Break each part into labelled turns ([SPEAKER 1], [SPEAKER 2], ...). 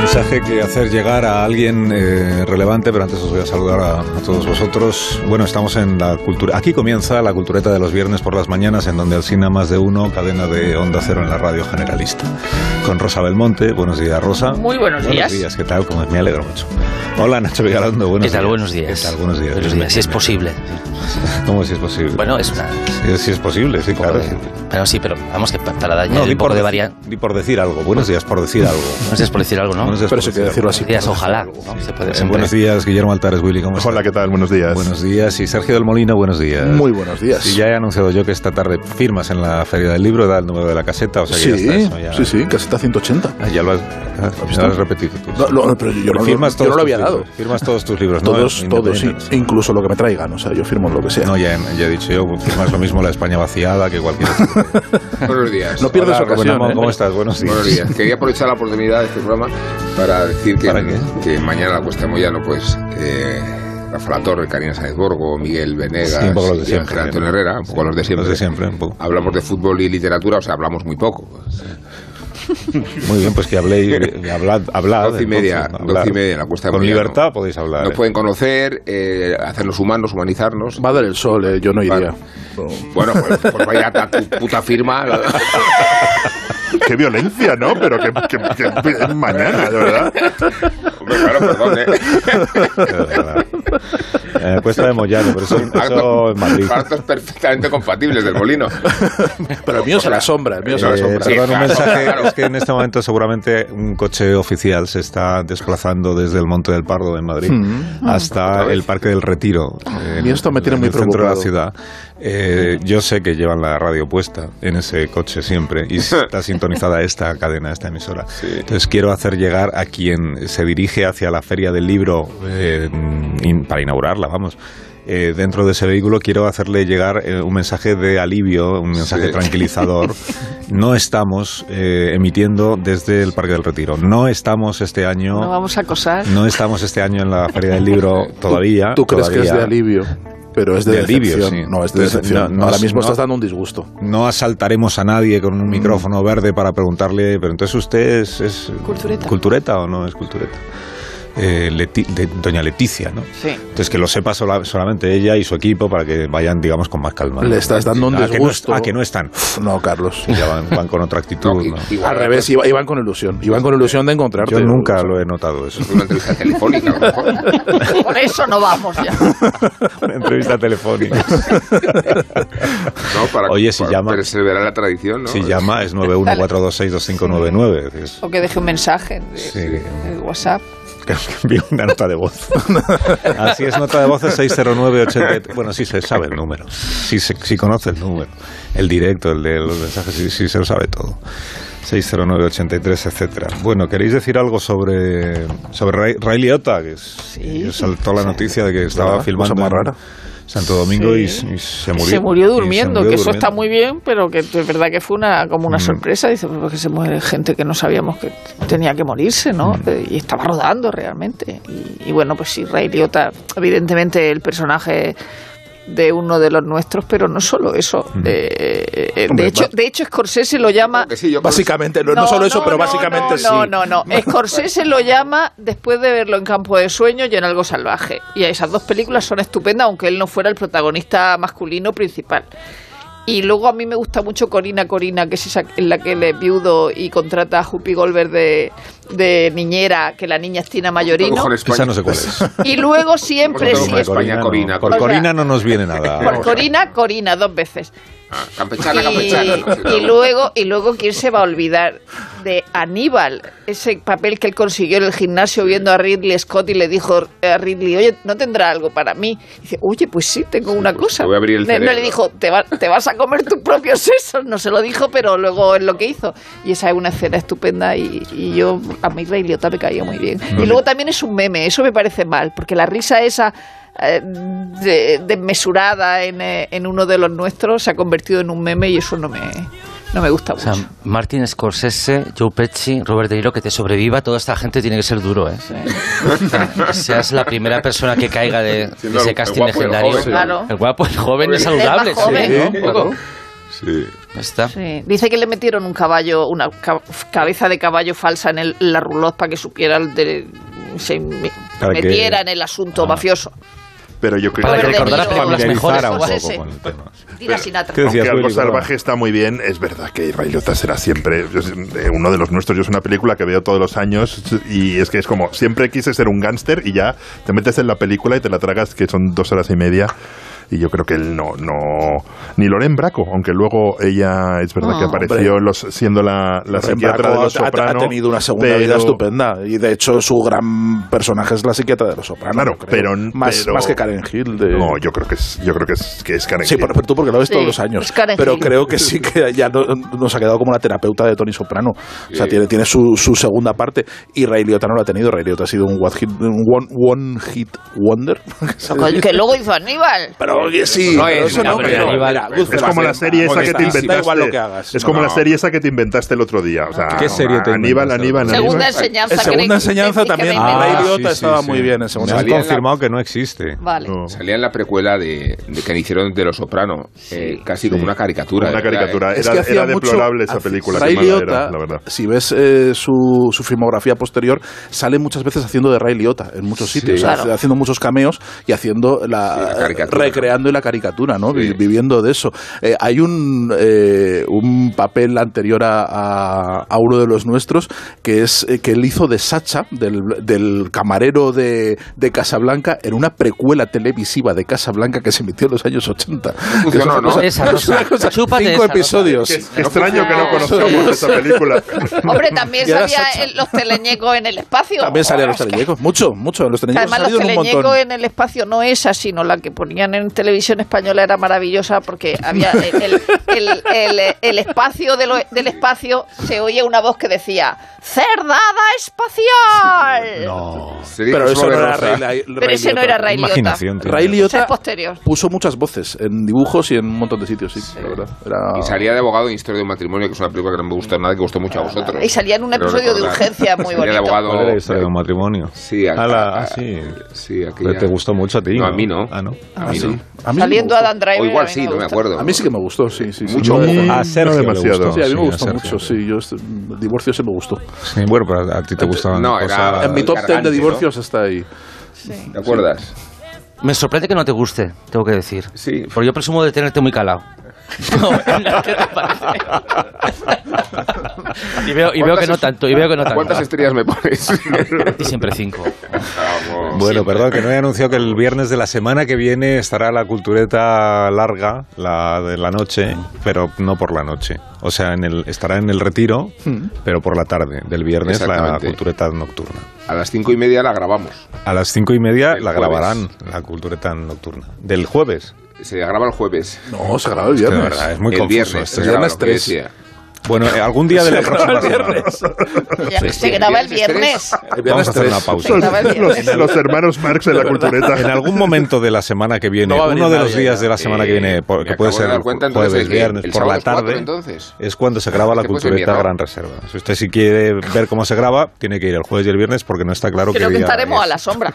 [SPEAKER 1] mensaje que hacer llegar a alguien eh, relevante, pero antes os voy a saludar a, a todos vosotros. Bueno, estamos en la cultura. Aquí comienza la cultureta de los viernes por las mañanas, en donde Alcina más de uno, cadena de Onda Cero en la radio generalista. Con Rosa Belmonte. Buenos días, Rosa.
[SPEAKER 2] Muy buenos días.
[SPEAKER 1] ¿Qué tal? Como me alegro mucho. Hola, Nacho Vigalondo. Buenos
[SPEAKER 3] ¿Qué tal? Buenos días.
[SPEAKER 1] ¿Qué tal? Buenos días.
[SPEAKER 3] Buenos días, si es posible.
[SPEAKER 1] ¿Cómo si es posible?
[SPEAKER 3] Bueno, es una-
[SPEAKER 1] Si es, si es posible, sí, claro. sí.
[SPEAKER 3] Bueno, sí, pero vamos que pa- para dañar
[SPEAKER 1] No,
[SPEAKER 3] el
[SPEAKER 1] di
[SPEAKER 3] poco
[SPEAKER 1] por,
[SPEAKER 3] de
[SPEAKER 1] dec-
[SPEAKER 3] varias...
[SPEAKER 1] di por decir algo. Buenos días, por decir algo.
[SPEAKER 3] No sé si es por decir algo, ¿no?
[SPEAKER 1] Buenos días,
[SPEAKER 4] Pero
[SPEAKER 1] por
[SPEAKER 4] se puede
[SPEAKER 1] decir algo.
[SPEAKER 4] decirlo así. pues,
[SPEAKER 3] Días, ojalá. ¿no? Se puede
[SPEAKER 1] Eh,
[SPEAKER 3] siempre.
[SPEAKER 1] buenos días, Guillermo Altares, Willy, ¿cómo estás?
[SPEAKER 4] Hola, ¿qué tal? Buenos días.
[SPEAKER 1] Buenos días. Y Sergio del Molina, buenos días.
[SPEAKER 4] Muy buenos días.
[SPEAKER 1] Y ya he anunciado yo que esta tarde firmas en la Feria del Libro, da el número de la caseta, o sea que
[SPEAKER 4] sí,
[SPEAKER 1] ya está eso, ya-
[SPEAKER 4] sí, sí, caseta 180.
[SPEAKER 1] Ah, ya lo has, ah,
[SPEAKER 4] visto?
[SPEAKER 1] ya lo has repetido. tú.
[SPEAKER 4] No, no, no, pero yo no lo- yo no lo
[SPEAKER 1] tus
[SPEAKER 4] había
[SPEAKER 1] libros,
[SPEAKER 4] dado.
[SPEAKER 1] Firmas todos tus libros, ¿no?
[SPEAKER 4] todos, todos, sí.
[SPEAKER 1] Independientes.
[SPEAKER 4] E incluso lo que me traigan, o sea, yo firmo lo que sea.
[SPEAKER 1] No,
[SPEAKER 4] No,
[SPEAKER 1] ya he, ya he dicho yo, firmas lo mismo la España vaciada que cualquier otro.
[SPEAKER 5] Buenos días.
[SPEAKER 4] pierdes
[SPEAKER 1] Hola, Rubén
[SPEAKER 4] ocasión.
[SPEAKER 1] Amón,
[SPEAKER 4] ¿eh?
[SPEAKER 1] ¿Cómo estás? Buenos días.
[SPEAKER 5] Buenos días. Quería aprovechar la oportunidad de este programa para decir que,
[SPEAKER 1] ¿Para qué?
[SPEAKER 5] que mañana la Cuesta de Moyano, pues eh, Rafa La Torre, Karina Sáez Borgo, Miguel Venegas,
[SPEAKER 1] Sí, un poco los de
[SPEAKER 5] y
[SPEAKER 1] siempre,
[SPEAKER 5] Ángel Antonio
[SPEAKER 1] ¿no?
[SPEAKER 5] Herrera, un poco los de siempre.
[SPEAKER 1] Los de siempre, un poco.
[SPEAKER 5] Hablamos de fútbol y literatura, o sea, hablamos muy poco.
[SPEAKER 1] Muy bien, pues que habléis, que hablad, hablad.
[SPEAKER 5] Doce y media,
[SPEAKER 1] entonces,
[SPEAKER 5] doce
[SPEAKER 1] hablad.
[SPEAKER 5] y media, la cuesta de
[SPEAKER 1] Con
[SPEAKER 5] Moyano.
[SPEAKER 1] libertad podéis hablar.
[SPEAKER 5] Nos
[SPEAKER 1] ¿eh?
[SPEAKER 5] pueden conocer, eh, hacernos humanos, humanizarnos.
[SPEAKER 4] Va a dar el sol, eh, yo no iría.
[SPEAKER 5] Vale. Bueno, pues, pues vaya a tu puta firma.
[SPEAKER 4] Qué violencia, ¿no? Pero que, mañana, de verdad.
[SPEAKER 5] Hombre, claro, perdón, ¿eh?
[SPEAKER 1] Eh, cuesta de Moyano, pero eso, eso
[SPEAKER 5] Actos-
[SPEAKER 1] en Madrid.
[SPEAKER 5] actos perfectamente compatibles del molino.
[SPEAKER 4] Pero el mío es a la sombra, el mío es a la
[SPEAKER 1] Eh,
[SPEAKER 4] sombra.
[SPEAKER 5] sí,
[SPEAKER 1] perdón, un
[SPEAKER 5] claro,
[SPEAKER 1] mensaje.
[SPEAKER 5] claro.
[SPEAKER 1] Es que en este momento seguramente un coche oficial se está desplazando desde el Monte del Pardo en Madrid hasta el Parque del Retiro. en-
[SPEAKER 4] Mm. Y esto me tiene
[SPEAKER 1] en
[SPEAKER 4] muy
[SPEAKER 1] el centro de la
[SPEAKER 4] preocupado.
[SPEAKER 1] ciudad. Eh, yo sé que llevan la radio puesta en ese coche siempre y está sintonizada esta cadena, esta emisora. Entonces quiero hacer llegar a quien se dirige hacia la Feria del Libro eh, in- para inaugurarla, vamos. eh, dentro de ese vehículo quiero hacerle llegar eh, un mensaje de alivio, un mensaje
[SPEAKER 5] Sí.
[SPEAKER 1] tranquilizador. No estamos eh, emitiendo desde el Parque del Retiro. No estamos este año.
[SPEAKER 2] No vamos a acosar.
[SPEAKER 1] no estamos este año en la Feria del Libro todavía.
[SPEAKER 4] Tú crees que es de
[SPEAKER 1] todavía.
[SPEAKER 4] alivio, pero es de,
[SPEAKER 1] De alivio,
[SPEAKER 4] decepción.
[SPEAKER 1] sí.
[SPEAKER 4] No, es de
[SPEAKER 1] De-
[SPEAKER 4] decepción.
[SPEAKER 1] no, no,
[SPEAKER 4] Ahora mismo
[SPEAKER 1] no.
[SPEAKER 4] estás dando un disgusto.
[SPEAKER 1] No asaltaremos a nadie con un micrófono verde para preguntarle, pero entonces usted es, es
[SPEAKER 2] Cultureta.
[SPEAKER 1] cultureta o no es cultureta. Eh, Leti- de- Doña Leticia, ¿no?
[SPEAKER 2] Sí.
[SPEAKER 1] Entonces que lo sepa sola- solamente ella y su equipo para que vayan, digamos, con más calma.
[SPEAKER 4] Le estás dando un
[SPEAKER 1] Ah, que no es-
[SPEAKER 4] disgusto.
[SPEAKER 1] ah, que no están.
[SPEAKER 4] No, Carlos.
[SPEAKER 1] Ya van, van con otra actitud.
[SPEAKER 5] No, i-
[SPEAKER 1] ¿no?
[SPEAKER 5] igual-
[SPEAKER 4] Al revés, iba- iban con ilusión. Iban con ilusión de encontrarte.
[SPEAKER 1] Yo nunca lo he notado eso.
[SPEAKER 5] Una entrevista telefónica, a lo mejor.
[SPEAKER 2] Por eso no vamos ya.
[SPEAKER 1] Una entrevista telefónica.
[SPEAKER 5] ¿no? Para,
[SPEAKER 1] Oye, si
[SPEAKER 5] para
[SPEAKER 1] llama-
[SPEAKER 5] perseverar la tradición, ¿no?
[SPEAKER 1] Si llama es 914262599. Es-
[SPEAKER 2] O que deje un mensaje de,
[SPEAKER 1] Sí.
[SPEAKER 2] de WhatsApp.
[SPEAKER 1] que envío una nota de voz. Así es, nota de voz es 609 Bueno, sí se sabe el número. Sí, se, sí conoce el número. El directo, el de los mensajes, sí, sí se lo sabe todo. 609-83, etcétera. Bueno, ¿queréis decir algo sobre, sobre Ray, Ray Liotta? Que, es- que saltó la noticia de que estaba
[SPEAKER 4] Rara,
[SPEAKER 1] filmando
[SPEAKER 4] cosa más
[SPEAKER 1] en
[SPEAKER 4] rara.
[SPEAKER 1] Santo Domingo y,
[SPEAKER 2] Sí.
[SPEAKER 1] y se murió.
[SPEAKER 2] se murió
[SPEAKER 1] Y se
[SPEAKER 2] durmiendo,
[SPEAKER 1] murió
[SPEAKER 2] que eso
[SPEAKER 1] durmiendo. Mm.
[SPEAKER 2] está muy bien, pero que es verdad que fue una como una sorpresa. Dice, pues, porque se muere gente que no sabíamos que tenía que morirse, ¿no? Eh,
[SPEAKER 1] Mm.
[SPEAKER 2] Y estaba rodando realmente. Y, y bueno, pues sí, Ray Liotta, evidentemente el personaje de uno de los nuestros, pero no solo eso.
[SPEAKER 1] Mm.
[SPEAKER 2] Eh, eh,
[SPEAKER 4] Hombre,
[SPEAKER 2] de, hecho,
[SPEAKER 4] va-
[SPEAKER 2] de hecho, Scorsese lo llama...
[SPEAKER 5] Que sí, yo creo que-
[SPEAKER 4] Básicamente, no, no solo eso, pero
[SPEAKER 2] no,
[SPEAKER 4] básicamente
[SPEAKER 2] no,
[SPEAKER 4] sí.
[SPEAKER 2] No, no, no. Scorsese lo llama después de verlo en Campo de Sueño y en Algo Salvaje. Y esas dos películas son estupendas, aunque él no fuera el protagonista masculino principal. Y luego a mí me gusta mucho Corina Corina, que es esa en la que él es viudo y contrata a Juppie Goldberg de, de niñera, que la niña es Tina Mayorino.
[SPEAKER 5] Ojo,
[SPEAKER 1] Esa no sé cuál es.
[SPEAKER 2] Y luego siempre,
[SPEAKER 5] Ojo,
[SPEAKER 2] sí,
[SPEAKER 5] ojo, España,
[SPEAKER 1] no,
[SPEAKER 5] Corina.
[SPEAKER 1] por
[SPEAKER 2] O sea,
[SPEAKER 1] Corina no nos viene nada.
[SPEAKER 2] por Corina, Corina, dos veces.
[SPEAKER 5] Ah, Campechana,
[SPEAKER 2] Y,
[SPEAKER 5] campechana.
[SPEAKER 2] y luego, y luego, ¿quién se va a olvidar de Aníbal? Ese papel que él consiguió en el gimnasio viendo a Ridley Scott y le dijo a Ridley, oye, ¿no tendrá algo para mí? Y dice, oye, pues sí, tengo una cosa.
[SPEAKER 5] te voy a abrir el
[SPEAKER 2] Le- no
[SPEAKER 5] cerebro.
[SPEAKER 2] le dijo, te, va- te vas a comer tus propios sesos. No se lo dijo, pero luego es lo que hizo. Y esa es una escena estupenda y, y yo, a mí Ray Liotta me caía muy bien. Y luego también es un meme, eso me parece mal, porque la risa esa eh, de- desmesurada en, eh, en uno de los nuestros se ha convertido en un meme y eso no me, no me gusta
[SPEAKER 3] O
[SPEAKER 2] mucho.
[SPEAKER 3] sea, Martin Scorsese, Joe Pesci, Robert De Niro, que te sobreviva, toda esta gente tiene que ser duro, ¿eh? Seas la primera persona que caiga de, de
[SPEAKER 5] Siendo
[SPEAKER 3] ese
[SPEAKER 5] el-
[SPEAKER 3] casting
[SPEAKER 5] el guapo y el
[SPEAKER 3] legendario.
[SPEAKER 5] joven.
[SPEAKER 2] Claro.
[SPEAKER 3] El guapo, el joven es
[SPEAKER 5] El más
[SPEAKER 3] saludable.
[SPEAKER 2] joven,
[SPEAKER 3] ¿no?
[SPEAKER 2] ¿no?
[SPEAKER 3] Un poco.
[SPEAKER 5] Sí.
[SPEAKER 3] Ya está.
[SPEAKER 2] Sí. Dice que le metieron un caballo, una ca- cabeza de caballo falsa en el- la rulot para que supiera, el de- se me-
[SPEAKER 1] Para que-
[SPEAKER 2] metiera en el asunto mafioso.
[SPEAKER 4] Pero yo creo
[SPEAKER 3] Para que
[SPEAKER 2] Robert De
[SPEAKER 3] recordaras
[SPEAKER 2] Niro.
[SPEAKER 3] películas mejores.
[SPEAKER 1] Familiarizara un
[SPEAKER 2] Sí,
[SPEAKER 1] poco
[SPEAKER 2] sí.
[SPEAKER 1] con el tema.
[SPEAKER 2] Dina Sinatra.
[SPEAKER 1] ¿Qué decías,
[SPEAKER 4] Aunque algo
[SPEAKER 1] Willy, perdón?
[SPEAKER 4] salvaje está muy bien, es verdad que Ray Liotta será siempre yo sé, eh, uno de los nuestros. Yo es una película que veo todos los años y es que es como, siempre quise ser un gángster y ya te metes en la película y te la tragas, que son dos horas y media. Y yo creo que él no, no, ni Loren Braco, aunque luego ella es verdad que apareció
[SPEAKER 6] Ah, Hombre.
[SPEAKER 4] los, siendo la, la psiquiatra
[SPEAKER 6] Braco
[SPEAKER 4] de los
[SPEAKER 6] ha- ha- ha,
[SPEAKER 4] Soprano.
[SPEAKER 6] tenido una segunda vida
[SPEAKER 4] pero-
[SPEAKER 6] estupenda y de hecho su gran personaje es la psiquiatra de los Soprano.
[SPEAKER 4] Claro,
[SPEAKER 6] yo creo.
[SPEAKER 4] pero,
[SPEAKER 6] más,
[SPEAKER 4] pero-
[SPEAKER 6] más que Karen Hill. de-
[SPEAKER 4] No, yo creo que es, yo creo que es, que es Karen
[SPEAKER 6] Sí,
[SPEAKER 4] Hill.
[SPEAKER 6] pero, pero tú porque lo ves
[SPEAKER 2] Sí,
[SPEAKER 6] todos los años.
[SPEAKER 2] es Karen
[SPEAKER 6] Pero
[SPEAKER 2] Hill.
[SPEAKER 6] creo que sí que ya no- nos ha quedado como la terapeuta de Tony Soprano. O sea, tiene, tiene su, su segunda parte. Y Ray Liotta no lo ha tenido. Ray Liotta ha sido un, what hit- un one, one hit wonder.
[SPEAKER 2] Que, luego hizo Aníbal.
[SPEAKER 6] Pero oye, sí,
[SPEAKER 5] No
[SPEAKER 6] pero
[SPEAKER 5] es,
[SPEAKER 6] eso
[SPEAKER 5] no,
[SPEAKER 6] no,
[SPEAKER 5] pero
[SPEAKER 6] pero
[SPEAKER 3] Aníbal-
[SPEAKER 6] mira,
[SPEAKER 4] Es
[SPEAKER 6] Goodfellas,
[SPEAKER 4] como la
[SPEAKER 6] venga,
[SPEAKER 4] serie esa que
[SPEAKER 6] molesta,
[SPEAKER 4] te inventaste.
[SPEAKER 6] Da igual lo que hagas.
[SPEAKER 4] Es como
[SPEAKER 6] No.
[SPEAKER 4] la serie esa que te inventaste el otro día. O sea,
[SPEAKER 1] ¿Qué serie te
[SPEAKER 4] Aníbal,
[SPEAKER 1] inventaste?
[SPEAKER 4] Aníbal, Aníbal.
[SPEAKER 2] Segunda
[SPEAKER 6] En
[SPEAKER 2] enseñanza. que
[SPEAKER 6] segunda
[SPEAKER 2] le-
[SPEAKER 6] enseñanza
[SPEAKER 2] que me
[SPEAKER 6] también
[SPEAKER 2] inventé.
[SPEAKER 6] Ray
[SPEAKER 1] Ah,
[SPEAKER 6] Liotta
[SPEAKER 1] sí, sí,
[SPEAKER 6] estaba
[SPEAKER 1] sí.
[SPEAKER 6] muy bien en segunda
[SPEAKER 1] Nos han
[SPEAKER 5] Salía en la-
[SPEAKER 1] confirmado que no existe.
[SPEAKER 2] Vale.
[SPEAKER 4] No.
[SPEAKER 5] Salía en la precuela de, de que le hicieron de Los Soprano, eh, casi como una caricatura.
[SPEAKER 4] Una
[SPEAKER 5] de verdad,
[SPEAKER 4] caricatura.
[SPEAKER 5] ¿eh?
[SPEAKER 4] Era,
[SPEAKER 6] hacía
[SPEAKER 4] era
[SPEAKER 6] mucho-
[SPEAKER 4] deplorable esa
[SPEAKER 6] hace-
[SPEAKER 4] película.
[SPEAKER 6] Ray
[SPEAKER 4] qué mala era,
[SPEAKER 6] Liotta,
[SPEAKER 4] la verdad.
[SPEAKER 6] si ves eh, su, su filmografía posterior, sale muchas veces haciendo de Ray Liotta en muchos sitios, o sea,
[SPEAKER 2] Claro.
[SPEAKER 6] haciendo muchos cameos y haciendo
[SPEAKER 5] Sí, la
[SPEAKER 6] la,
[SPEAKER 5] caricatura.
[SPEAKER 6] recreando la caricatura, ¿no? Vi-
[SPEAKER 5] Sí.
[SPEAKER 6] Viviendo de eso. Eh, hay un eh, un papel anterior a, a, a uno de los nuestros que es eh, que él hizo de Sacha, del, del camarero de, de Casablanca, en una precuela televisiva de Casablanca que se emitió en los años 80. Que es una
[SPEAKER 5] funcionó, ¿no?
[SPEAKER 6] cosa-
[SPEAKER 3] Esa,
[SPEAKER 6] es una
[SPEAKER 3] Rosa.
[SPEAKER 6] cosa-
[SPEAKER 3] Chúpate
[SPEAKER 6] cinco
[SPEAKER 3] esa, Rosa.
[SPEAKER 6] episodios.
[SPEAKER 4] Qué- qué extraño que no conozcamos esa película.
[SPEAKER 2] Ah. Hombre, también
[SPEAKER 6] Y ahora
[SPEAKER 2] salía
[SPEAKER 6] Sacha.
[SPEAKER 2] el- los teleñecos en el espacio.
[SPEAKER 6] También salía
[SPEAKER 2] Oh,
[SPEAKER 6] los
[SPEAKER 2] es que-
[SPEAKER 6] teleñecos, mucho, mucho. Los teleñecos
[SPEAKER 2] Además,
[SPEAKER 6] han
[SPEAKER 2] los
[SPEAKER 6] salido en un
[SPEAKER 2] teleñecos
[SPEAKER 6] montón.
[SPEAKER 2] en el espacio no esa, sino la que ponían en televisión española era maravillosa porque había el, el- el- el- el espacio de lo- del espacio se oía una voz que decía ¡Cerdada
[SPEAKER 1] Eh,
[SPEAKER 2] espacial!
[SPEAKER 5] Sería
[SPEAKER 6] Pero
[SPEAKER 5] que
[SPEAKER 6] eso no
[SPEAKER 5] Robert
[SPEAKER 6] era
[SPEAKER 5] Rosa.
[SPEAKER 6] Ray, Ray-
[SPEAKER 2] Pero ese no era Ray Liotta.
[SPEAKER 1] Imaginación. tío.
[SPEAKER 6] Ray
[SPEAKER 2] Esa es
[SPEAKER 6] Liotta
[SPEAKER 2] posterior.
[SPEAKER 6] puso muchas voces en dibujos y en un montón de sitios, sí, la verdad. Era-
[SPEAKER 5] Y salía de abogado en Historia de un matrimonio, que es una película que no me gustó nada, que gustó mucho a vosotros.
[SPEAKER 2] Y salía en un
[SPEAKER 5] Creo
[SPEAKER 2] episodio de
[SPEAKER 5] recordar.
[SPEAKER 2] Urgencia muy
[SPEAKER 5] Salía de
[SPEAKER 2] bonito.
[SPEAKER 5] abogado.
[SPEAKER 1] ¿Cuál era la historia de un matrimonio?
[SPEAKER 5] Sí, a-
[SPEAKER 1] Ala,
[SPEAKER 5] a-
[SPEAKER 1] ah, sí.
[SPEAKER 5] Sí,
[SPEAKER 1] Pero
[SPEAKER 5] aquella-
[SPEAKER 1] te gustó mucho a ti.
[SPEAKER 5] No, a mí no.
[SPEAKER 1] Ah, no.
[SPEAKER 5] A mí
[SPEAKER 6] sí.
[SPEAKER 5] no.
[SPEAKER 6] A mí sí me
[SPEAKER 2] Saliendo
[SPEAKER 6] gustó.
[SPEAKER 2] Adam Driver.
[SPEAKER 5] O igual
[SPEAKER 2] a mí
[SPEAKER 5] sí,
[SPEAKER 2] me
[SPEAKER 5] no me
[SPEAKER 2] gusta.
[SPEAKER 5] acuerdo.
[SPEAKER 6] A mí sí que me gustó, sí, sí. sí.
[SPEAKER 5] Mucho.
[SPEAKER 6] Sí,
[SPEAKER 1] A Sergio le
[SPEAKER 4] Demasiado.
[SPEAKER 1] gustó,
[SPEAKER 6] Sí, a mí me
[SPEAKER 1] a
[SPEAKER 6] gustó
[SPEAKER 1] Sergio.
[SPEAKER 6] mucho, sí. Yo, este- divorcio se me gustó.
[SPEAKER 1] Sí, bueno, pero a ti te gustaba.
[SPEAKER 5] No, era-
[SPEAKER 1] Ah,
[SPEAKER 6] En mi top 10
[SPEAKER 5] Cargante,
[SPEAKER 6] de
[SPEAKER 5] ¿no?
[SPEAKER 6] divorcios está ahí.
[SPEAKER 5] ¿Te acuerdas?
[SPEAKER 3] Me sorprende que no te guste, tengo que decir.
[SPEAKER 5] Sí.
[SPEAKER 3] Porque yo presumo de tenerte muy calado. ¿Qué te parece? y veo, y veo que no
[SPEAKER 5] ¿Cuántas-
[SPEAKER 3] tanto, y veo que no tanto.
[SPEAKER 5] ¿Cuántas estrellas me pones?
[SPEAKER 3] A ti siempre cinco.
[SPEAKER 5] Vamos.
[SPEAKER 1] Bueno, perdón, que no he anunciado que el viernes de la semana que viene estará la cultureta larga, la de la noche, pero no por la noche. O sea, en el, estará en el retiro,
[SPEAKER 6] Hmm.
[SPEAKER 1] pero por la tarde del viernes la
[SPEAKER 5] Exactamente.
[SPEAKER 1] cultureta nocturna.
[SPEAKER 5] A las cinco y media la grabamos.
[SPEAKER 1] A las cinco y media
[SPEAKER 5] El
[SPEAKER 1] la
[SPEAKER 5] jueves.
[SPEAKER 1] grabarán, la cultureta nocturna. Del jueves.
[SPEAKER 5] Se graba el jueves.
[SPEAKER 6] No, se grabó el
[SPEAKER 1] Que de
[SPEAKER 6] viernes.
[SPEAKER 1] verdad, es muy
[SPEAKER 5] el
[SPEAKER 1] confuso
[SPEAKER 5] viernes.
[SPEAKER 1] esto.
[SPEAKER 5] se graba
[SPEAKER 6] Viernes
[SPEAKER 5] lo que
[SPEAKER 6] tres.
[SPEAKER 5] decía.
[SPEAKER 1] Bueno, eh, algún día de la próxima semana.
[SPEAKER 2] Ya que se graba el viernes.
[SPEAKER 6] El
[SPEAKER 1] Vamos
[SPEAKER 6] viernes
[SPEAKER 1] a hacer una
[SPEAKER 6] tres.
[SPEAKER 1] pausa.
[SPEAKER 2] Se graba el viernes.
[SPEAKER 4] Los, los hermanos Marx en la cultureta.
[SPEAKER 1] En algún momento de la semana que viene,
[SPEAKER 6] No va a venir
[SPEAKER 1] uno de los
[SPEAKER 6] nadie,
[SPEAKER 1] días
[SPEAKER 6] ya.
[SPEAKER 1] de la semana que
[SPEAKER 5] Eh,
[SPEAKER 1] viene, por-
[SPEAKER 5] me
[SPEAKER 1] que puede
[SPEAKER 5] acabo de
[SPEAKER 1] ser
[SPEAKER 5] dar cuenta, entonces,
[SPEAKER 1] jueves,
[SPEAKER 5] de que
[SPEAKER 1] viernes,
[SPEAKER 5] el
[SPEAKER 1] por
[SPEAKER 5] sábado
[SPEAKER 1] la
[SPEAKER 5] es cuatro,
[SPEAKER 1] tarde,
[SPEAKER 5] entonces.
[SPEAKER 1] es cuando se graba la
[SPEAKER 5] Es que puede ser
[SPEAKER 1] cultureta
[SPEAKER 5] mierda.
[SPEAKER 1] Gran Reserva. Si usted sí quiere ver cómo se graba, tiene que ir el jueves y el viernes porque no está claro
[SPEAKER 2] Creo
[SPEAKER 1] qué
[SPEAKER 2] que
[SPEAKER 1] día
[SPEAKER 2] estaremos
[SPEAKER 1] es.
[SPEAKER 2] a la sombra.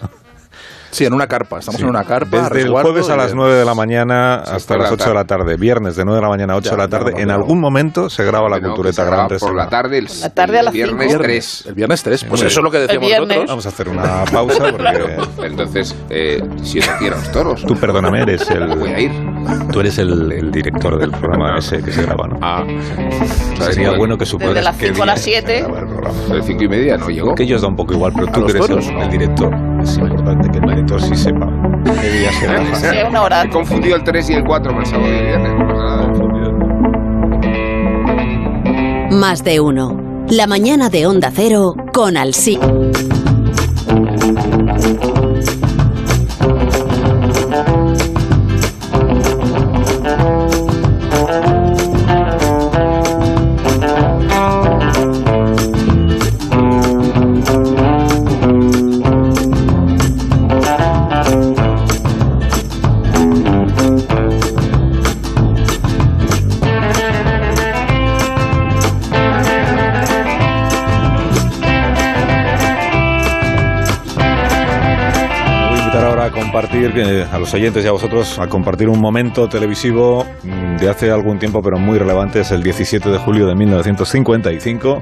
[SPEAKER 6] Sí, en una carpa. Estamos
[SPEAKER 1] Sí.
[SPEAKER 6] en una carpa.
[SPEAKER 1] Desde el
[SPEAKER 6] resguardo,
[SPEAKER 1] jueves a
[SPEAKER 6] y-
[SPEAKER 1] las 9 de la mañana
[SPEAKER 5] Sí,
[SPEAKER 1] hasta
[SPEAKER 5] por
[SPEAKER 1] las
[SPEAKER 5] la
[SPEAKER 1] 8 de la tarde. Viernes de 9 de la mañana a 8
[SPEAKER 6] Ya,
[SPEAKER 1] de la
[SPEAKER 6] no,
[SPEAKER 1] tarde.
[SPEAKER 6] no,
[SPEAKER 1] en
[SPEAKER 6] no.
[SPEAKER 1] algún momento se graba la
[SPEAKER 5] Pero
[SPEAKER 1] cultura
[SPEAKER 5] que se graba
[SPEAKER 1] grande.
[SPEAKER 5] por la tarde, el,
[SPEAKER 2] La tarde a
[SPEAKER 5] el
[SPEAKER 2] las
[SPEAKER 5] viernes
[SPEAKER 2] cinco.
[SPEAKER 6] Viernes,
[SPEAKER 5] 3.
[SPEAKER 6] El viernes 3. Pues
[SPEAKER 1] Muy
[SPEAKER 6] eso es lo que decíamos
[SPEAKER 2] viernes.
[SPEAKER 6] nosotros.
[SPEAKER 1] Vamos a hacer una pausa porque
[SPEAKER 5] Entonces, eh, si no quiero los toros.
[SPEAKER 1] tú, perdóname, eres
[SPEAKER 5] No voy a ir.
[SPEAKER 1] el, tú eres el, el director del programa ese que se graba, ¿no?
[SPEAKER 5] Ah, ¿sabes
[SPEAKER 1] Sería
[SPEAKER 5] cuál?
[SPEAKER 1] bueno que supieras
[SPEAKER 2] las
[SPEAKER 1] qué
[SPEAKER 2] cinco a
[SPEAKER 1] día
[SPEAKER 2] las
[SPEAKER 1] se
[SPEAKER 2] siete.
[SPEAKER 1] graba el programa.
[SPEAKER 5] A las cinco y media no llegó.
[SPEAKER 1] Que ellos da un poco igual, pero tú
[SPEAKER 6] los
[SPEAKER 1] que eres
[SPEAKER 6] toros?
[SPEAKER 1] el, el director. Es importante que el director sí sepa qué día se graba.
[SPEAKER 2] Sí, una hora.
[SPEAKER 5] He confundido el 3 y el 4 con el sábado y el viernes. no pasa nada.
[SPEAKER 7] Más de uno. La mañana de Onda Cero con Alsina.
[SPEAKER 1] Me Voy a invitar ahora a compartir, eh, a los oyentes y a vosotros, a compartir un momento televisivo mm, de hace algún tiempo, pero muy relevante. Es el 17 de julio de 1955,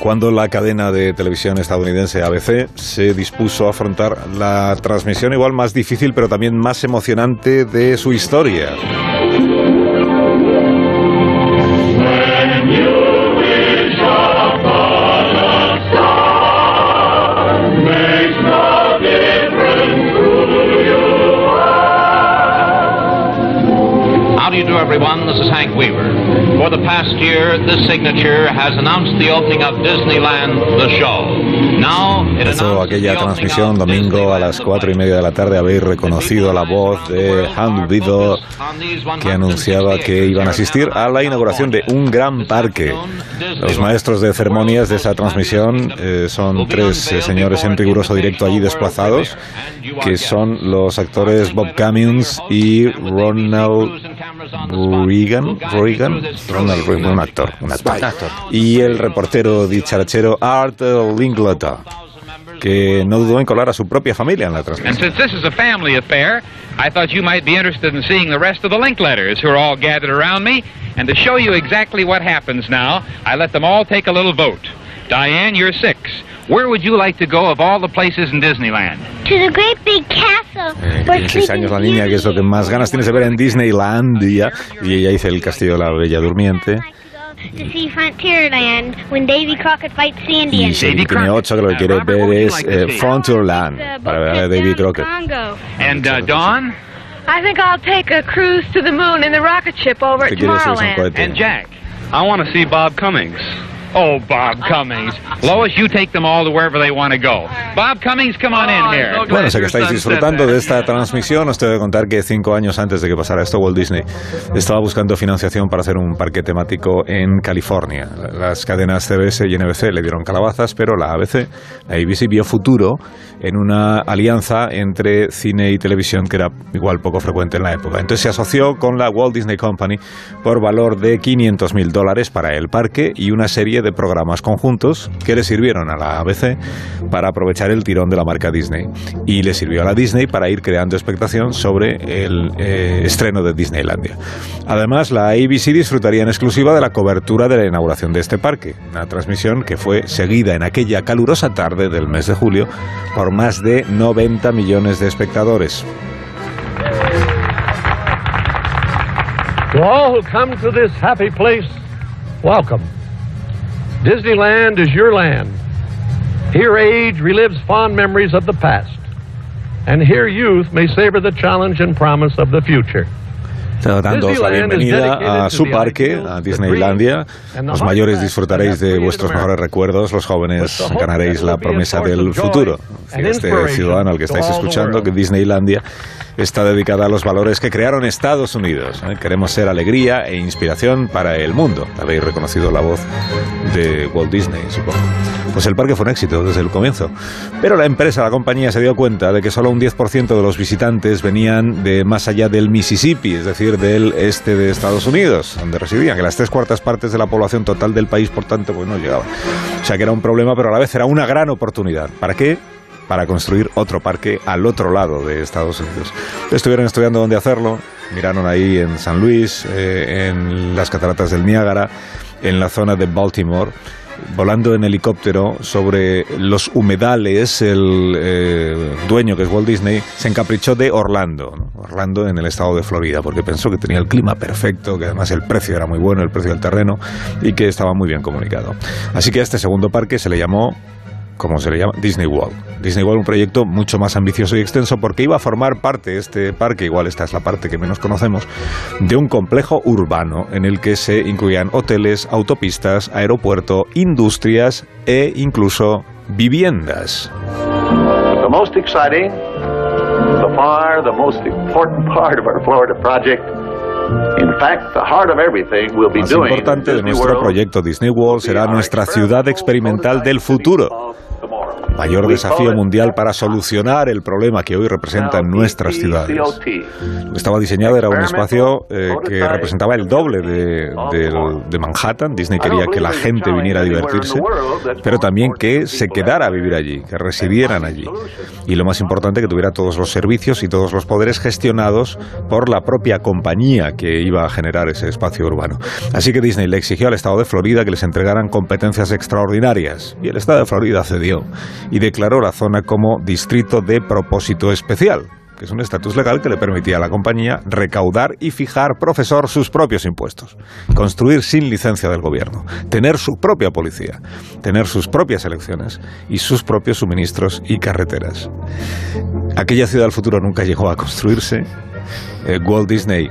[SPEAKER 1] cuando la cadena de televisión estadounidense ABC se dispuso a afrontar la transmisión igual más difícil, pero también más emocionante de su historia.
[SPEAKER 8] How do you do, everyone? This is Hank Weaver. For the past year, this signature has announced the opening of Disneyland, the show. Now, it
[SPEAKER 1] Empezó
[SPEAKER 8] announces
[SPEAKER 1] aquella
[SPEAKER 8] the opening of
[SPEAKER 1] transmisión domingo a
[SPEAKER 8] Disneyland,
[SPEAKER 1] las
[SPEAKER 8] the
[SPEAKER 1] cuatro y
[SPEAKER 8] place.
[SPEAKER 1] media de la tarde. Habéis reconocido la voz de Hank Biddle que anunciaba que iban a asistir a la inauguración de un gran parque. Los maestros de ceremonias de esa transmisión eh, son tres eh, señores en riguroso directo allí desplazados, que son los actores Bob Cummings y Ronald Reagan, Reagan, Ronald Reagan, un actor, un actor. y el reportero dicharachero Art Linkletter, que no dudó en colar a su propia familia en la
[SPEAKER 9] And
[SPEAKER 1] transmisión.
[SPEAKER 9] since this is a family affair, I thought you might be interested in seeing the rest of the link letters who are all gathered around me. And to show you exactly what happens now, I let them all take a little vote. Diane, you're six. Where would you like to go of all the places in Disneyland?
[SPEAKER 10] To the great big castle.
[SPEAKER 1] Eh,
[SPEAKER 10] where
[SPEAKER 1] tiene 16 años la
[SPEAKER 10] sleeping
[SPEAKER 1] niña, que es lo que más ganas tienes de ver en Disneylandia. Y ella dice el castillo de la Bella Durmiente.
[SPEAKER 10] To see Frontierland when Davy Crockett fights Sandy.
[SPEAKER 1] Y
[SPEAKER 10] and-
[SPEAKER 1] si tiene 8, que lo que quiere ver es eh, Frontierland,
[SPEAKER 10] The
[SPEAKER 1] para
[SPEAKER 10] boat
[SPEAKER 1] ver a
[SPEAKER 10] goes
[SPEAKER 1] David
[SPEAKER 10] down
[SPEAKER 1] Crockett.
[SPEAKER 10] Congo.
[SPEAKER 9] And uh, Dawn
[SPEAKER 10] I think I'll take a cruise to the moon in the rocket ship over
[SPEAKER 1] Te quiere subirse un cohete.
[SPEAKER 9] Jack. I want to see Bob Cummings. Oh, Bob Cummings. Lois, you take them all to wherever they want to go. Bob Cummings, come on in here.
[SPEAKER 1] Bueno, sé que estáis disfrutando de esta transmisión. Os tengo que contar que cinco años antes de que pasara esto, Walt Disney estaba buscando financiación para hacer un parque temático en California. Las cadenas CBS y NBC le dieron calabazas, pero la ABC, la ABC vio futuro en una alianza entre cine y televisión que era igual poco frecuente en la época. Entonces se asoció con la Walt Disney Company por valor de 500 mil dólares para el parque y una serie de programas conjuntos que le sirvieron a la ABC para aprovechar el tirón de la marca Disney. Y le sirvió a la Disney para ir creando expectación sobre el eh, estreno de Disneylandia. Además, la ABC disfrutaría en exclusiva de la cobertura de la inauguración de este parque, una transmisión que fue seguida en aquella calurosa tarde del mes de julio por más de 90 millones de espectadores.
[SPEAKER 8] To all who come to this happy place, welcome. Disneyland is your land. Here, age relives fond memories of the past, and here, youth may savor the challenge and promise of the future.
[SPEAKER 1] Está dándoos la bienvenida a su parque, a Disneylandia. Los mayores disfrutaréis de vuestros mejores recuerdos, los jóvenes ganaréis la promesa del futuro. Decía Este ciudadano al que estáis escuchando, que Disneylandia está dedicada a los valores que crearon Estados Unidos. ¿eh? Queremos ser alegría e inspiración para el mundo. Habéis reconocido la voz de Walt Disney, supongo. Pues el parque fue un éxito desde el comienzo. Pero la empresa, la compañía, se dio cuenta de que solo un 10% de los visitantes venían de más allá del Mississippi, es decir, del este de Estados Unidos, donde residían, que las tres cuartas partes de la población total del país, por tanto, pues no llegaba. O sea que era un problema, pero a la vez era una gran oportunidad. ¿Para qué? para construir otro parque al otro lado de Estados Unidos. Estuvieron estudiando dónde hacerlo, miraron ahí en San Luis, eh, en las cataratas del Niágara, en la zona de Baltimore volando en helicóptero sobre los humedales, el eh, dueño que es Walt Disney se encaprichó de Orlando, ¿no? Orlando en el estado de Florida, porque pensó que tenía el clima perfecto, que además el precio era muy bueno, el precio del terreno, y que estaba muy bien comunicado. Así que a este segundo parque se le llamó como se le llama, Disney World. Disney World, un proyecto mucho más ambicioso y extenso porque iba a formar parte, este parque, igual esta es la parte que menos conocemos, de un complejo urbano en el que se incluían hoteles, autopistas, aeropuerto, industrias e incluso viviendas.
[SPEAKER 11] The most exciting, the far the most important part of our Florida project. In fact, the heart of everything we'll be
[SPEAKER 1] Más
[SPEAKER 11] doing in
[SPEAKER 1] importante de
[SPEAKER 11] Disney
[SPEAKER 1] nuestro
[SPEAKER 11] World
[SPEAKER 1] proyecto Disney World será nuestra ciudad experimental del futuro. Mayor desafío mundial para solucionar el problema que hoy representan nuestras ciudades. Estaba diseñado, era un espacio eh, que representaba el doble de, del- de Manhattan. Disney quería que la gente viniera a divertirse, pero también que se quedara a vivir allí, que residieran allí. Y lo más importante, que tuviera todos los servicios y todos los poderes gestionados por la propia compañía que iba a generar ese espacio urbano. Así que Disney le exigió al Estado de Florida que les entregaran competencias extraordinarias. Y el Estado de Florida cedió y declaró la zona como distrito de propósito especial que es un estatus legal que le permitía a la compañía recaudar y fijar, profesor, sus propios impuestos, construir sin licencia del gobierno, tener su propia policía, tener sus propias elecciones y sus propios suministros y carreteras. Aquella ciudad del futuro nunca llegó a construirse. Eh, Walt Disney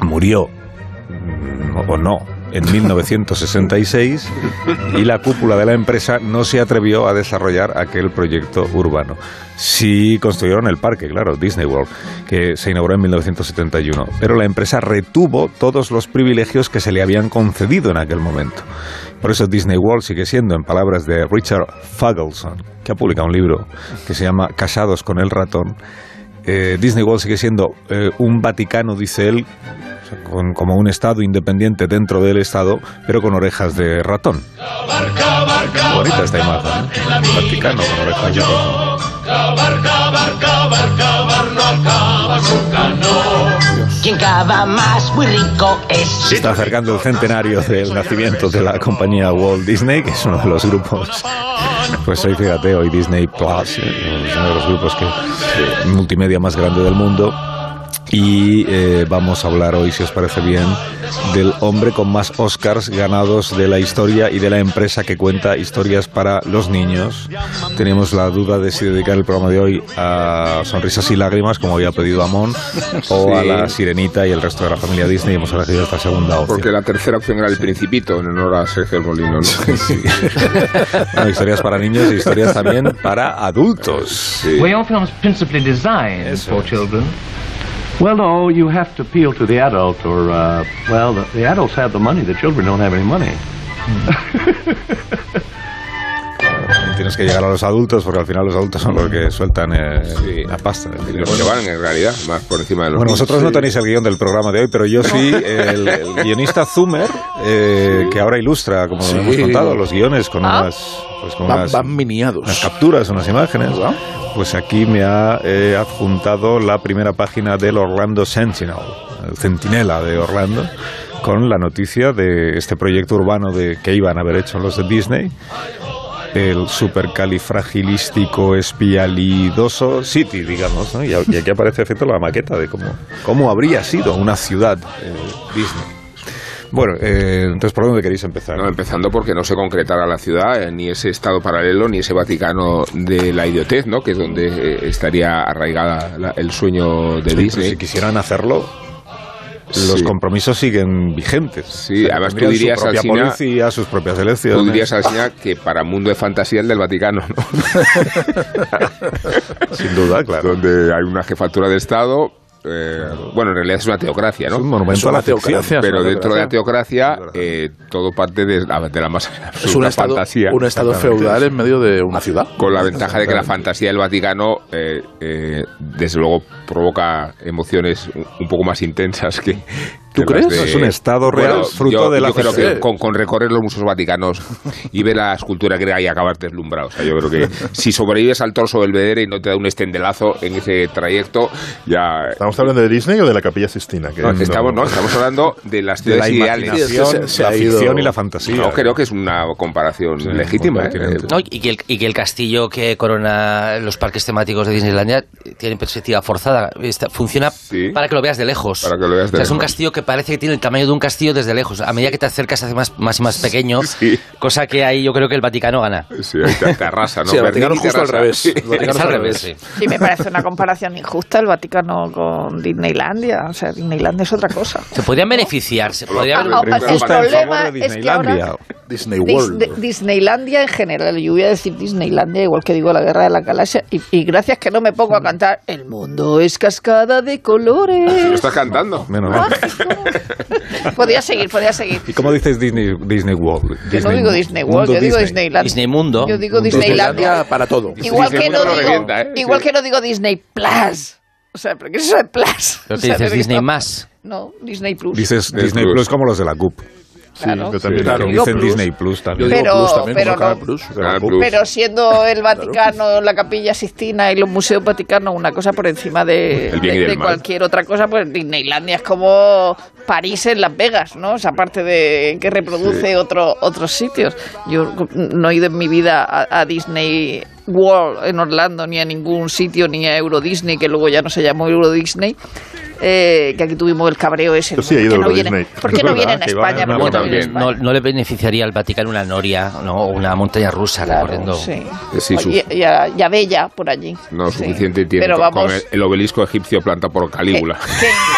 [SPEAKER 1] murió, mm, o no, en 1966 y la cúpula de la empresa no se atrevió a desarrollar aquel proyecto urbano. Sí construyeron el parque, claro, Disney World, que se inauguró en 1971, pero la empresa retuvo todos los privilegios que se le habían concedido en aquel momento. Por eso Disney World sigue siendo, en palabras de Richard Fagelson, que ha publicado un libro que se llama Casados con el ratón, eh, Disney World sigue siendo eh, un Vaticano, dice él, o sea, con- como un Estado independiente dentro del Estado, pero con orejas de ratón. Bonita esta imagen, ¿eh? Un Vaticano con orejas de ratón.
[SPEAKER 12] Quien cava más muy rico es.
[SPEAKER 1] Se está acercando el centenario del nacimiento de la compañía Walt Disney, que es uno de los grupos. Pues hoy, fíjate, hoy Disney Plus eh, es uno de los grupos que, eh, multimedia más grande del mundo. Y eh, vamos a hablar hoy, si os parece bien, del hombre con más Oscars ganados de la historia y de la empresa que cuenta historias para los niños. Tenemos la duda de si dedicar el programa de hoy a Sonrisas y Lágrimas, como había pedido Amón, o a
[SPEAKER 5] Sí.
[SPEAKER 1] la Sirenita y el resto de la familia Disney. Hemos elegido esta segunda opción.
[SPEAKER 5] Porque la tercera opción era el Principito, en honor a Sergio El Molino, ¿no?
[SPEAKER 1] Bueno, historias para niños y historias también para adultos.
[SPEAKER 13] Were your films principally designed for children? Well, no, you have to appeal to the adult, or, uh, well, the, the adults have the money, the children don't have any money.
[SPEAKER 1] Tienes que llegar a los adultos porque al final los adultos son los que sueltan eh, la pasta. el dinero.
[SPEAKER 5] Los que van, en realidad, más por encima de los
[SPEAKER 1] Bueno,
[SPEAKER 5] niños.
[SPEAKER 1] vosotros no
[SPEAKER 5] Sí.
[SPEAKER 1] tenéis el guión del programa de hoy, pero yo sí, el, el guionista Zumer, eh, que ahora ilustra, como
[SPEAKER 6] Sí.
[SPEAKER 1] hemos contado, los guiones con unas... Pues con
[SPEAKER 6] Van-
[SPEAKER 1] unas,
[SPEAKER 6] van miniados.
[SPEAKER 1] unas capturas, unas imágenes. Pues aquí me ha eh, adjuntado la primera página del Orlando Sentinel, el centinela de Orlando, con la noticia de este proyecto urbano de, que iban a haber hecho los de Disney. El supercalifragilístico espialidoso city, digamos, ¿no? Y, a- y aquí aparece efecto la maqueta de cómo, cómo habría sido una ciudad eh, Disney. Bueno, eh, entonces, ¿por dónde queréis empezar?
[SPEAKER 5] No, empezando porque no se concretara la ciudad, eh, ni ese Estado paralelo, ni ese Vaticano de la idiotez, ¿no? Que es donde eh, estaría arraigada la- el sueño de
[SPEAKER 1] Sí, pero
[SPEAKER 5] Disney.
[SPEAKER 1] Este si quisieran hacerlo, los
[SPEAKER 5] Sí.
[SPEAKER 1] compromisos siguen vigentes. Sí,
[SPEAKER 5] además tú dirías
[SPEAKER 1] su propia
[SPEAKER 5] al Sina-
[SPEAKER 1] policía, sus propias elecciones.
[SPEAKER 5] Tú dirías al señor que para mundo de fantasía el del Vaticano, ¿no?
[SPEAKER 1] Sin duda, claro.
[SPEAKER 5] Donde hay una jefatura de Estado. eh, bueno, en realidad es una teocracia, ¿no?
[SPEAKER 1] Es un monumento Es una a la ficción. teocracia, es
[SPEAKER 5] Pero
[SPEAKER 1] una
[SPEAKER 5] dentro de la teocracia, eh, todo parte de la, de la más
[SPEAKER 6] Es un
[SPEAKER 5] absoluta
[SPEAKER 6] estado,
[SPEAKER 5] fantasía.
[SPEAKER 6] un estado
[SPEAKER 5] Exactamente.
[SPEAKER 6] feudal en medio de una ciudad.
[SPEAKER 5] Con la ventaja de que la fantasía del Vaticano, eh, eh, desde luego, provoca emociones un- un poco más intensas que,
[SPEAKER 6] ¿Tú
[SPEAKER 5] de las
[SPEAKER 6] crees?
[SPEAKER 5] de-
[SPEAKER 6] Es un estado
[SPEAKER 5] Bueno,
[SPEAKER 1] real, fruto
[SPEAKER 5] yo-
[SPEAKER 1] de la
[SPEAKER 5] yo creo
[SPEAKER 1] fe.
[SPEAKER 5] que con, con recorrer los museos vaticanos y ver la escultura griega y acabar deslumbrado. O sea, yo creo que si sobrevives al torso del Belvedere y no te da un estendelazo en ese trayecto, ya...
[SPEAKER 4] ¿Estamos hablando de Disney o de la Capilla Sistina? Que
[SPEAKER 5] No, estamos, no, estamos hablando de las
[SPEAKER 4] De la
[SPEAKER 5] ciudades ideales.
[SPEAKER 4] imaginación, Sí, se- se la ha ido- ficción y la fantasía.
[SPEAKER 5] No, creo que es una comparación legítima. ¿eh?
[SPEAKER 3] No, y, que el, y que el castillo que corona los parques temáticos de Disneylandia tiene perspectiva forzada. Está- funciona para que lo veas de lejos.
[SPEAKER 5] Para que lo veas
[SPEAKER 3] O
[SPEAKER 5] de
[SPEAKER 3] sea, es un
[SPEAKER 5] lejos.
[SPEAKER 3] castillo que parece que tiene el tamaño de un castillo desde lejos. A medida que te acercas se hace más, más y más pequeño, cosa que ahí yo creo que el Vaticano gana.
[SPEAKER 5] Sí, ahí te, te arrasa, ¿no?
[SPEAKER 6] Sí, el
[SPEAKER 5] Berlín
[SPEAKER 6] Vaticano
[SPEAKER 5] te
[SPEAKER 6] justo
[SPEAKER 5] arrasa.
[SPEAKER 6] al revés. El Vaticano
[SPEAKER 3] Es al revés, sí.
[SPEAKER 2] Y me parece una comparación injusta el Vaticano con Disneylandia. O sea, Disneylandia es otra cosa.
[SPEAKER 3] Se podrían beneficiar, se podría haber
[SPEAKER 2] Ah, ah, el Justo en problema favor de es que ahora- Disneylandia.
[SPEAKER 6] Disney
[SPEAKER 2] Dis-
[SPEAKER 6] World.
[SPEAKER 2] de- Disneylandia en general. Yo voy a decir Disneylandia, igual que digo la guerra de la galaxia. Y, y gracias que no me pongo a cantar El mundo es cascada de
[SPEAKER 5] Lo
[SPEAKER 2] colores.
[SPEAKER 5] estás cantando.
[SPEAKER 1] Menos
[SPEAKER 2] ¿Ah?
[SPEAKER 1] mal.
[SPEAKER 2] podría seguir, podría seguir.
[SPEAKER 1] ¿Y cómo dices Disney, Disney World?
[SPEAKER 2] Yo no digo Disney World, yo digo Disneyland.
[SPEAKER 3] Mundo.
[SPEAKER 2] Yo digo Disneylandia.
[SPEAKER 6] para todo.
[SPEAKER 2] Igual, que no,
[SPEAKER 5] Mundo lo
[SPEAKER 2] digo,
[SPEAKER 5] revienta, ¿eh?
[SPEAKER 2] igual
[SPEAKER 5] Sí.
[SPEAKER 2] que no digo Disney Plus. O sea, ¿pero qué es eso de Plus?
[SPEAKER 1] Pero que
[SPEAKER 2] O sea,
[SPEAKER 1] dices
[SPEAKER 2] ¿pero qué
[SPEAKER 1] Disney
[SPEAKER 2] está-
[SPEAKER 3] más.
[SPEAKER 2] No, Disney Plus.
[SPEAKER 1] Dices Disney Plus como los de la CUP.
[SPEAKER 2] Claro.
[SPEAKER 4] yo también
[SPEAKER 1] claro,
[SPEAKER 4] digo
[SPEAKER 1] dicen
[SPEAKER 4] Plus.
[SPEAKER 1] Disney Plus también.
[SPEAKER 2] Yo digo Pero- Plus también, pero como Canal no-
[SPEAKER 5] Ah,
[SPEAKER 2] Pero siendo el Vaticano, la Capilla Sistina y los museos vaticanos una cosa por encima de,
[SPEAKER 5] El bien y
[SPEAKER 2] de-
[SPEAKER 5] del
[SPEAKER 2] de
[SPEAKER 5] mal.
[SPEAKER 2] cualquier otra cosa, pues Disneylandia es como París en Las Vegas, ¿no? O sea, aparte de que reproduce
[SPEAKER 5] Sí.
[SPEAKER 2] otro- otros sitios. Yo no he ido en mi vida a, a Disney World en Orlando, ni a ningún sitio, ni a Euro Disney, que luego ya no se llamó Euro Disney. eh, que aquí tuvimos el cabreo ese.
[SPEAKER 4] Yo sí he
[SPEAKER 2] ¿Por
[SPEAKER 4] ido
[SPEAKER 2] qué
[SPEAKER 4] a
[SPEAKER 2] no
[SPEAKER 4] Euro
[SPEAKER 2] vienen-
[SPEAKER 4] Disney.
[SPEAKER 2] ¿Por qué no vienen a España? ¿Por qué no vienen a España?
[SPEAKER 3] no, no le beneficiaría al Vaticano una noria ¿no? o una montaña rusa recorriendo.
[SPEAKER 2] sí.
[SPEAKER 5] Que sí, su-
[SPEAKER 2] Y, y a, y a Bella por allí.
[SPEAKER 5] No, suficiente tiene
[SPEAKER 2] Pero
[SPEAKER 5] co-
[SPEAKER 2] vamos-
[SPEAKER 5] con
[SPEAKER 2] Eh,
[SPEAKER 5] el, el obelisco egipcio planta por Calígula.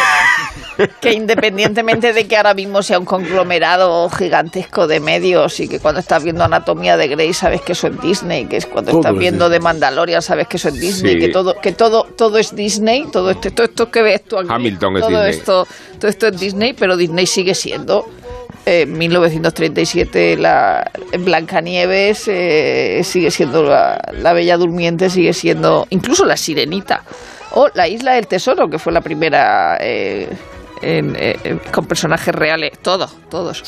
[SPEAKER 2] Que independientemente de que ahora mismo sea un conglomerado gigantesco de medios y que cuando estás viendo Anatomía de Grey sabes que eso es Disney, que es cuando
[SPEAKER 14] Todo
[SPEAKER 2] estás
[SPEAKER 14] es
[SPEAKER 2] viendo de Mandalorian sabes que eso es Disney,
[SPEAKER 5] Sí.
[SPEAKER 2] que todo que todo todo es Disney, todo este- todo esto que ves tú aquí,
[SPEAKER 5] Hamilton es
[SPEAKER 2] todo
[SPEAKER 5] Disney.
[SPEAKER 2] esto todo esto es Disney, pero Disney sigue siendo eh, en 1937 la Blancanieves eh, sigue siendo la, la Bella Durmiente, sigue siendo incluso la Sirenita o la Isla del Tesoro, que fue la primera eh, en- eh, eh, con personajes reales, todos, todos.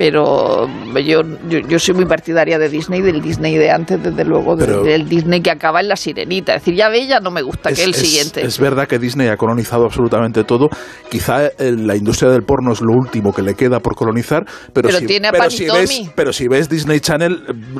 [SPEAKER 2] Pero yo, yo, yo soy muy partidaria de Disney, del Disney de antes, desde luego, de-
[SPEAKER 6] Pero-
[SPEAKER 2] del Disney que acaba en la Sirenita. Es decir, ya Bella no me gusta, que el siguiente.
[SPEAKER 6] es verdad que Disney ha colonizado absolutamente todo. Quizá eh, la industria del porno es lo último que le queda por colonizar, pero,
[SPEAKER 2] Pero
[SPEAKER 6] si,
[SPEAKER 2] tiene a Pan y
[SPEAKER 6] si
[SPEAKER 2] Tommy.
[SPEAKER 6] ves, pero si ves Disney Channel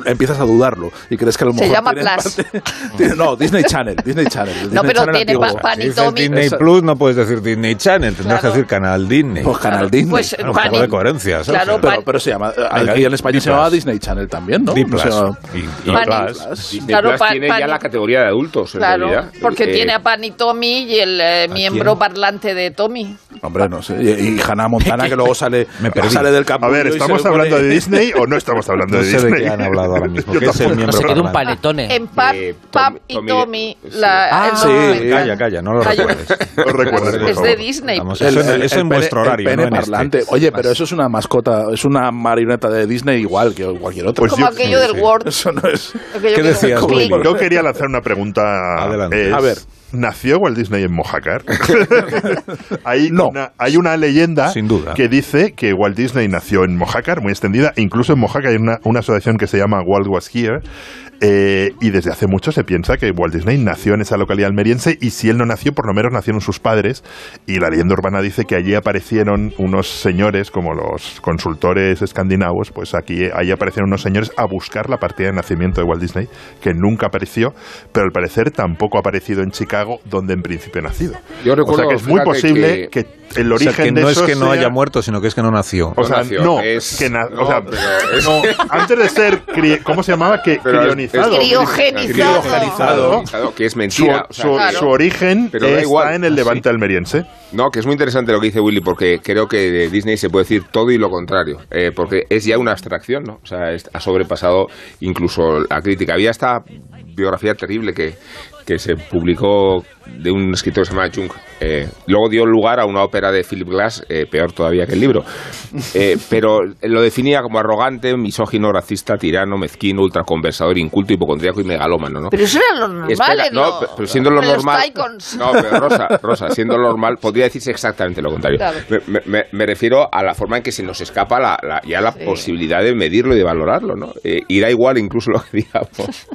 [SPEAKER 6] eh, empiezas a dudarlo y crees que a lo
[SPEAKER 2] Se
[SPEAKER 6] mejor
[SPEAKER 2] llama
[SPEAKER 6] tienen
[SPEAKER 2] Plus.
[SPEAKER 6] parte- tiene- no, Disney Channel, Disney Channel. el
[SPEAKER 2] No,
[SPEAKER 6] Disney
[SPEAKER 2] pero
[SPEAKER 6] Channel
[SPEAKER 2] tiene
[SPEAKER 6] antiguo.
[SPEAKER 2] pa- pan y
[SPEAKER 1] Si dices
[SPEAKER 2] Tommy.
[SPEAKER 1] Disney
[SPEAKER 2] Esa-
[SPEAKER 1] Plus no puedes decir Disney Channel, tendrás
[SPEAKER 2] Claro.
[SPEAKER 1] que decir Canal Disney.
[SPEAKER 6] Pues Canal Disney. Pues,
[SPEAKER 2] Pues,
[SPEAKER 1] Claro, un
[SPEAKER 2] Pan
[SPEAKER 1] poco
[SPEAKER 2] y-
[SPEAKER 1] de coherencia. ¿sabes?
[SPEAKER 2] Claro,
[SPEAKER 6] Pero, pero se llama,
[SPEAKER 1] Venga,
[SPEAKER 6] aquí en España
[SPEAKER 1] Disney
[SPEAKER 6] se llamaba
[SPEAKER 1] Plus.
[SPEAKER 6] Disney Channel también, ¿no?
[SPEAKER 1] Disney
[SPEAKER 6] O sea,
[SPEAKER 1] Plus. Y- y
[SPEAKER 2] Pan y-
[SPEAKER 1] Plus.
[SPEAKER 5] Disney
[SPEAKER 2] Claro,
[SPEAKER 5] Plus
[SPEAKER 2] pa-
[SPEAKER 5] tiene
[SPEAKER 2] pan-
[SPEAKER 5] ya la categoría de adultos, en
[SPEAKER 2] Claro,
[SPEAKER 5] realidad.
[SPEAKER 2] porque
[SPEAKER 5] Eh,
[SPEAKER 2] tiene a Pan y Tommy y el eh, miembro parlante de Tommy.
[SPEAKER 6] Hombre, no sé. Y, y Hannah Montana que luego sale,
[SPEAKER 1] perdí.
[SPEAKER 6] sale del campo.
[SPEAKER 4] A ver, ¿estamos hablando de Disney o no estamos hablando
[SPEAKER 1] No
[SPEAKER 4] de
[SPEAKER 1] sé de
[SPEAKER 4] Disney?
[SPEAKER 1] qué han hablado ahora mismo,
[SPEAKER 4] Yo
[SPEAKER 1] que es el
[SPEAKER 3] Pues,
[SPEAKER 4] tampoco.
[SPEAKER 1] miembro Se quedó un parlante.
[SPEAKER 3] Paletone.
[SPEAKER 2] En Pap, Pap y Tommy, la,
[SPEAKER 1] Ah,
[SPEAKER 2] el
[SPEAKER 1] sí,
[SPEAKER 2] documental.
[SPEAKER 1] calla, calla, no lo
[SPEAKER 2] Hay un-
[SPEAKER 1] recuerdes. No
[SPEAKER 6] recuerdes, por
[SPEAKER 2] Es
[SPEAKER 6] favor.
[SPEAKER 2] de Disney.
[SPEAKER 1] Vamos, eso en, eso en
[SPEAKER 6] pene-
[SPEAKER 1] vuestro
[SPEAKER 6] el
[SPEAKER 1] horario,
[SPEAKER 6] pene
[SPEAKER 1] no en
[SPEAKER 6] parlante.
[SPEAKER 1] este.
[SPEAKER 6] Oye, pero eso es una mascota, es una marioneta de Disney igual que cualquier otra.
[SPEAKER 1] Pues
[SPEAKER 2] Como aquello del Word.
[SPEAKER 6] Eso no es.
[SPEAKER 2] Aquello que-
[SPEAKER 6] Como-
[SPEAKER 4] Yo quería lanzar una pregunta. Es,
[SPEAKER 6] A ver.
[SPEAKER 4] ¿Nació Walt Disney en Mojácar? hay, una, hay una leyenda
[SPEAKER 1] Sin duda.
[SPEAKER 4] que dice que Walt Disney nació en Mojácar, muy extendida. Incluso en Mojácar hay una, una asociación que se llama Walt Was Here. eh, y desde hace mucho se piensa que Walt Disney nació en esa localidad almeriense y si él no nació, por lo menos nacieron sus padres. Y la leyenda urbana dice que allí aparecieron unos señores, como los consultores escandinavos, pues aquí ahí aparecieron unos señores a buscar la partida de nacimiento de Walt Disney, que nunca apareció, pero al parecer tampoco ha aparecido en Chicago, donde en principio ha nacido.
[SPEAKER 5] Yo recuerdo,
[SPEAKER 4] o sea que es muy
[SPEAKER 5] fíjate
[SPEAKER 4] posible que, el
[SPEAKER 1] O sea,
[SPEAKER 4] origen
[SPEAKER 1] que
[SPEAKER 4] de
[SPEAKER 1] no es
[SPEAKER 4] eso
[SPEAKER 1] que no
[SPEAKER 4] sea-
[SPEAKER 1] haya muerto, sino que es que no nació.
[SPEAKER 4] o sea,
[SPEAKER 5] nació,
[SPEAKER 4] no,
[SPEAKER 5] es-
[SPEAKER 4] que na-
[SPEAKER 5] no,
[SPEAKER 4] o sea,
[SPEAKER 5] pero es-
[SPEAKER 4] no, antes de ser, cri- ¿cómo se llamaba? Que,
[SPEAKER 5] Pero es-
[SPEAKER 4] crionizado.
[SPEAKER 5] es- Criogenizado. Criogenizado, que es mentira,
[SPEAKER 4] Su,
[SPEAKER 5] o sea,
[SPEAKER 4] su-
[SPEAKER 5] claro.
[SPEAKER 4] su origen
[SPEAKER 5] Pero da
[SPEAKER 4] está
[SPEAKER 5] igual,
[SPEAKER 4] en el
[SPEAKER 5] así.
[SPEAKER 4] levante almeriense.
[SPEAKER 5] No, que es muy interesante lo que dice Willy, porque creo que de Disney se puede decir todo y lo contrario, eh, porque es ya una abstracción, ¿no? O sea, es- ha sobrepasado incluso la crítica. Había esta biografía terrible que, que que se publicó de un escritor que se llama Jung. Eh, luego dio lugar a una ópera de Philip Glass, eh, peor todavía que el libro. Eh, pero lo definía como arrogante, misógino, racista, tirano, mezquino, ultraconversador, inculto, hipocondríaco y megalómano. ¿no?
[SPEAKER 2] Pero eso era lo normal.
[SPEAKER 5] Espera,
[SPEAKER 2] en
[SPEAKER 5] no,
[SPEAKER 2] lo-
[SPEAKER 5] pero siendo lo
[SPEAKER 2] en los
[SPEAKER 5] normal.
[SPEAKER 2] Tycoons.
[SPEAKER 5] No, pero Rosa, Rosa, siendo lo normal, podría decirse exactamente lo contrario.
[SPEAKER 2] Claro.
[SPEAKER 5] Me, me- me refiero a la forma en que se nos escapa la- la- ya la posibilidad de medirlo y de valorarlo, ¿no? Eh, y da igual incluso lo que digamos,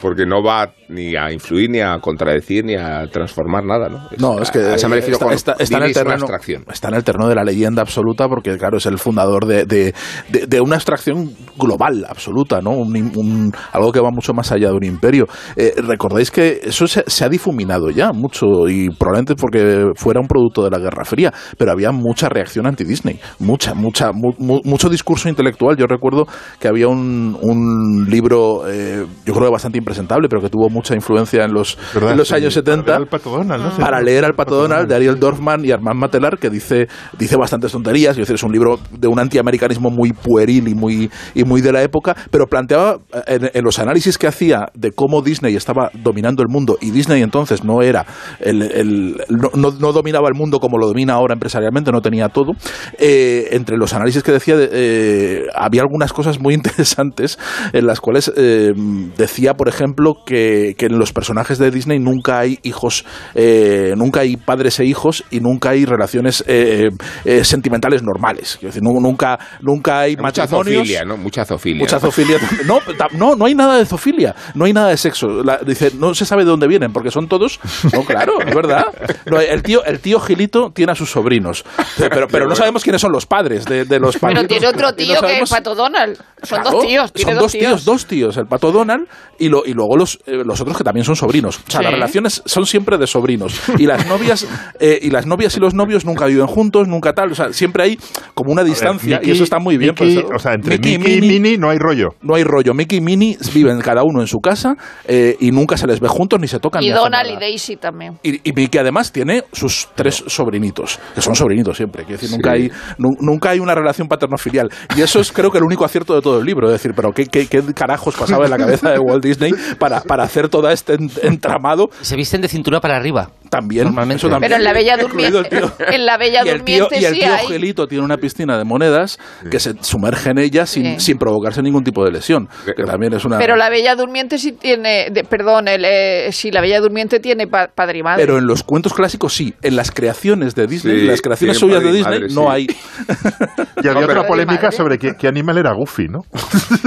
[SPEAKER 5] porque no va ni a influir, ni a contradecir, ni a transformar nada, ¿no?
[SPEAKER 6] No, es que eh,
[SPEAKER 5] a eso me refiero
[SPEAKER 6] está,
[SPEAKER 5] con-
[SPEAKER 6] está- está en
[SPEAKER 5] Dini
[SPEAKER 6] el
[SPEAKER 5] es una
[SPEAKER 6] terreno,
[SPEAKER 5] abstracción.
[SPEAKER 6] está en el terreno de la leyenda absoluta porque, claro, es el fundador de, de- de- de una abstracción global, absoluta, ¿no? Un- un- algo que va mucho más allá de un imperio. Eh, Recordáis que eso se, se ha difuminado ya mucho y probablemente porque fuera un producto de la Guerra Fría, pero había mucha reacción anti-Disney, mucha, mucha, mu- mu- mucho discurso intelectual. Yo recuerdo que había un, un libro, eh, yo creo que bastante impresentable, pero que tuvo mucha influencia en los,
[SPEAKER 4] ¿Verdad?
[SPEAKER 6] en los
[SPEAKER 4] Sí,
[SPEAKER 6] años 70
[SPEAKER 4] al Pato Donald, ¿no? Sí,
[SPEAKER 6] para leer al Pato Donald de Ariel Dorfman y Armand Matelar, que dice, dice bastantes tonterías, es, decir, es un libro de un antiamericanismo muy pueril y muy, y muy de la época, pero planteaba eh, en, en los análisis que hacía de cómo Disney estaba dominando el mundo, y Disney entonces no era el, el- no, no- no dominaba el mundo como lo domina ahora empresarialmente, no tenía todo. eh, entre los análisis que decía, de- eh, había algunas cosas muy interesantes en las cuales eh, decía, por ejemplo, que, que en los personajes de Disney nunca hay hijos, eh, nunca hay padres e hijos y nunca hay relaciones eh, eh, sentimentales normales. Quiero decir, nu- nunca, nunca hay
[SPEAKER 5] Mucha
[SPEAKER 6] matrimonios.
[SPEAKER 5] zoofilia, ¿no? Mucha zoofilia.
[SPEAKER 6] Mucha zoofilia. No, ta- no, no hay nada de zoofilia, no hay nada de sexo. La- dice, no se sabe de dónde vienen, porque son todos. No, claro, es verdad. No, el, tío, el tío Gilito tiene a sus sobrinos, Eh, pero, pero no sabemos quiénes son los padres de, de los padres.
[SPEAKER 2] Pero tiene otro tío que es Pato Donald. Son dos tíos. Tiene
[SPEAKER 6] son dos tíos. dos tíos, el pato Donald y, lo, y luego los, eh, los otros que también son sobrinos. O sea,
[SPEAKER 2] Sí.
[SPEAKER 6] las relaciones son siempre de sobrinos. Y las novias eh, y las novias y los novios nunca viven juntos, nunca tal. O sea, siempre hay como una distancia
[SPEAKER 4] Mickey-
[SPEAKER 6] y eso está muy bien.
[SPEAKER 4] Mickey-
[SPEAKER 6] pensado.
[SPEAKER 4] pues, o sea, entre
[SPEAKER 6] Mickey y
[SPEAKER 4] Mickey y
[SPEAKER 6] Minnie-
[SPEAKER 4] Minnie no hay rollo.
[SPEAKER 6] no hay rollo. Mickey y Minnie viven cada uno en su casa eh, y nunca se les ve juntos ni se tocan.
[SPEAKER 2] Y
[SPEAKER 6] ni hacen
[SPEAKER 2] Donald y
[SPEAKER 6] nada.
[SPEAKER 2] Daisy también.
[SPEAKER 6] Y, y Mickey además tiene sus tres sobrinitos, que son sobrinitos siempre. Quiero decir, nunca,
[SPEAKER 5] Sí.
[SPEAKER 6] hay, nu- nunca hay una relación paterno-filial. Y eso es creo que el único acierto de todo el libro. Es decir, pero ¿qué, qué, qué carajos pasaba en la cabeza de Walt Disney para, para hacer todo este en- entramado?
[SPEAKER 3] Se visten de cintura para arriba.
[SPEAKER 6] También, normalmente. Eso también.
[SPEAKER 2] Pero en la Bella
[SPEAKER 6] Incluido el
[SPEAKER 2] Durmiente.
[SPEAKER 6] tío.
[SPEAKER 2] En la Bella
[SPEAKER 6] Y el tío,
[SPEAKER 2] Durmiente
[SPEAKER 6] y el
[SPEAKER 2] sí
[SPEAKER 6] tío
[SPEAKER 2] hay.
[SPEAKER 6] Angelito tiene una piscina de monedas que se sumerge en ella sin,
[SPEAKER 2] Sí.
[SPEAKER 6] sin provocarse ningún tipo de lesión. Que también es una...
[SPEAKER 2] Pero la Bella Durmiente sí tiene. de- perdón, el, eh, sí, la Bella Durmiente tiene pa- padre y madre.
[SPEAKER 6] Pero en los cuentos clásicos sí, en las creaciones de Disney,
[SPEAKER 5] Sí,
[SPEAKER 6] las creaciones
[SPEAKER 5] tienen
[SPEAKER 6] suyas de
[SPEAKER 5] padre y
[SPEAKER 6] Disney
[SPEAKER 5] madre,
[SPEAKER 6] no
[SPEAKER 5] sí.
[SPEAKER 6] hay.
[SPEAKER 4] Y había
[SPEAKER 5] No, pero-
[SPEAKER 4] otra polémica sobre qué, qué animal era Goofy, ¿no?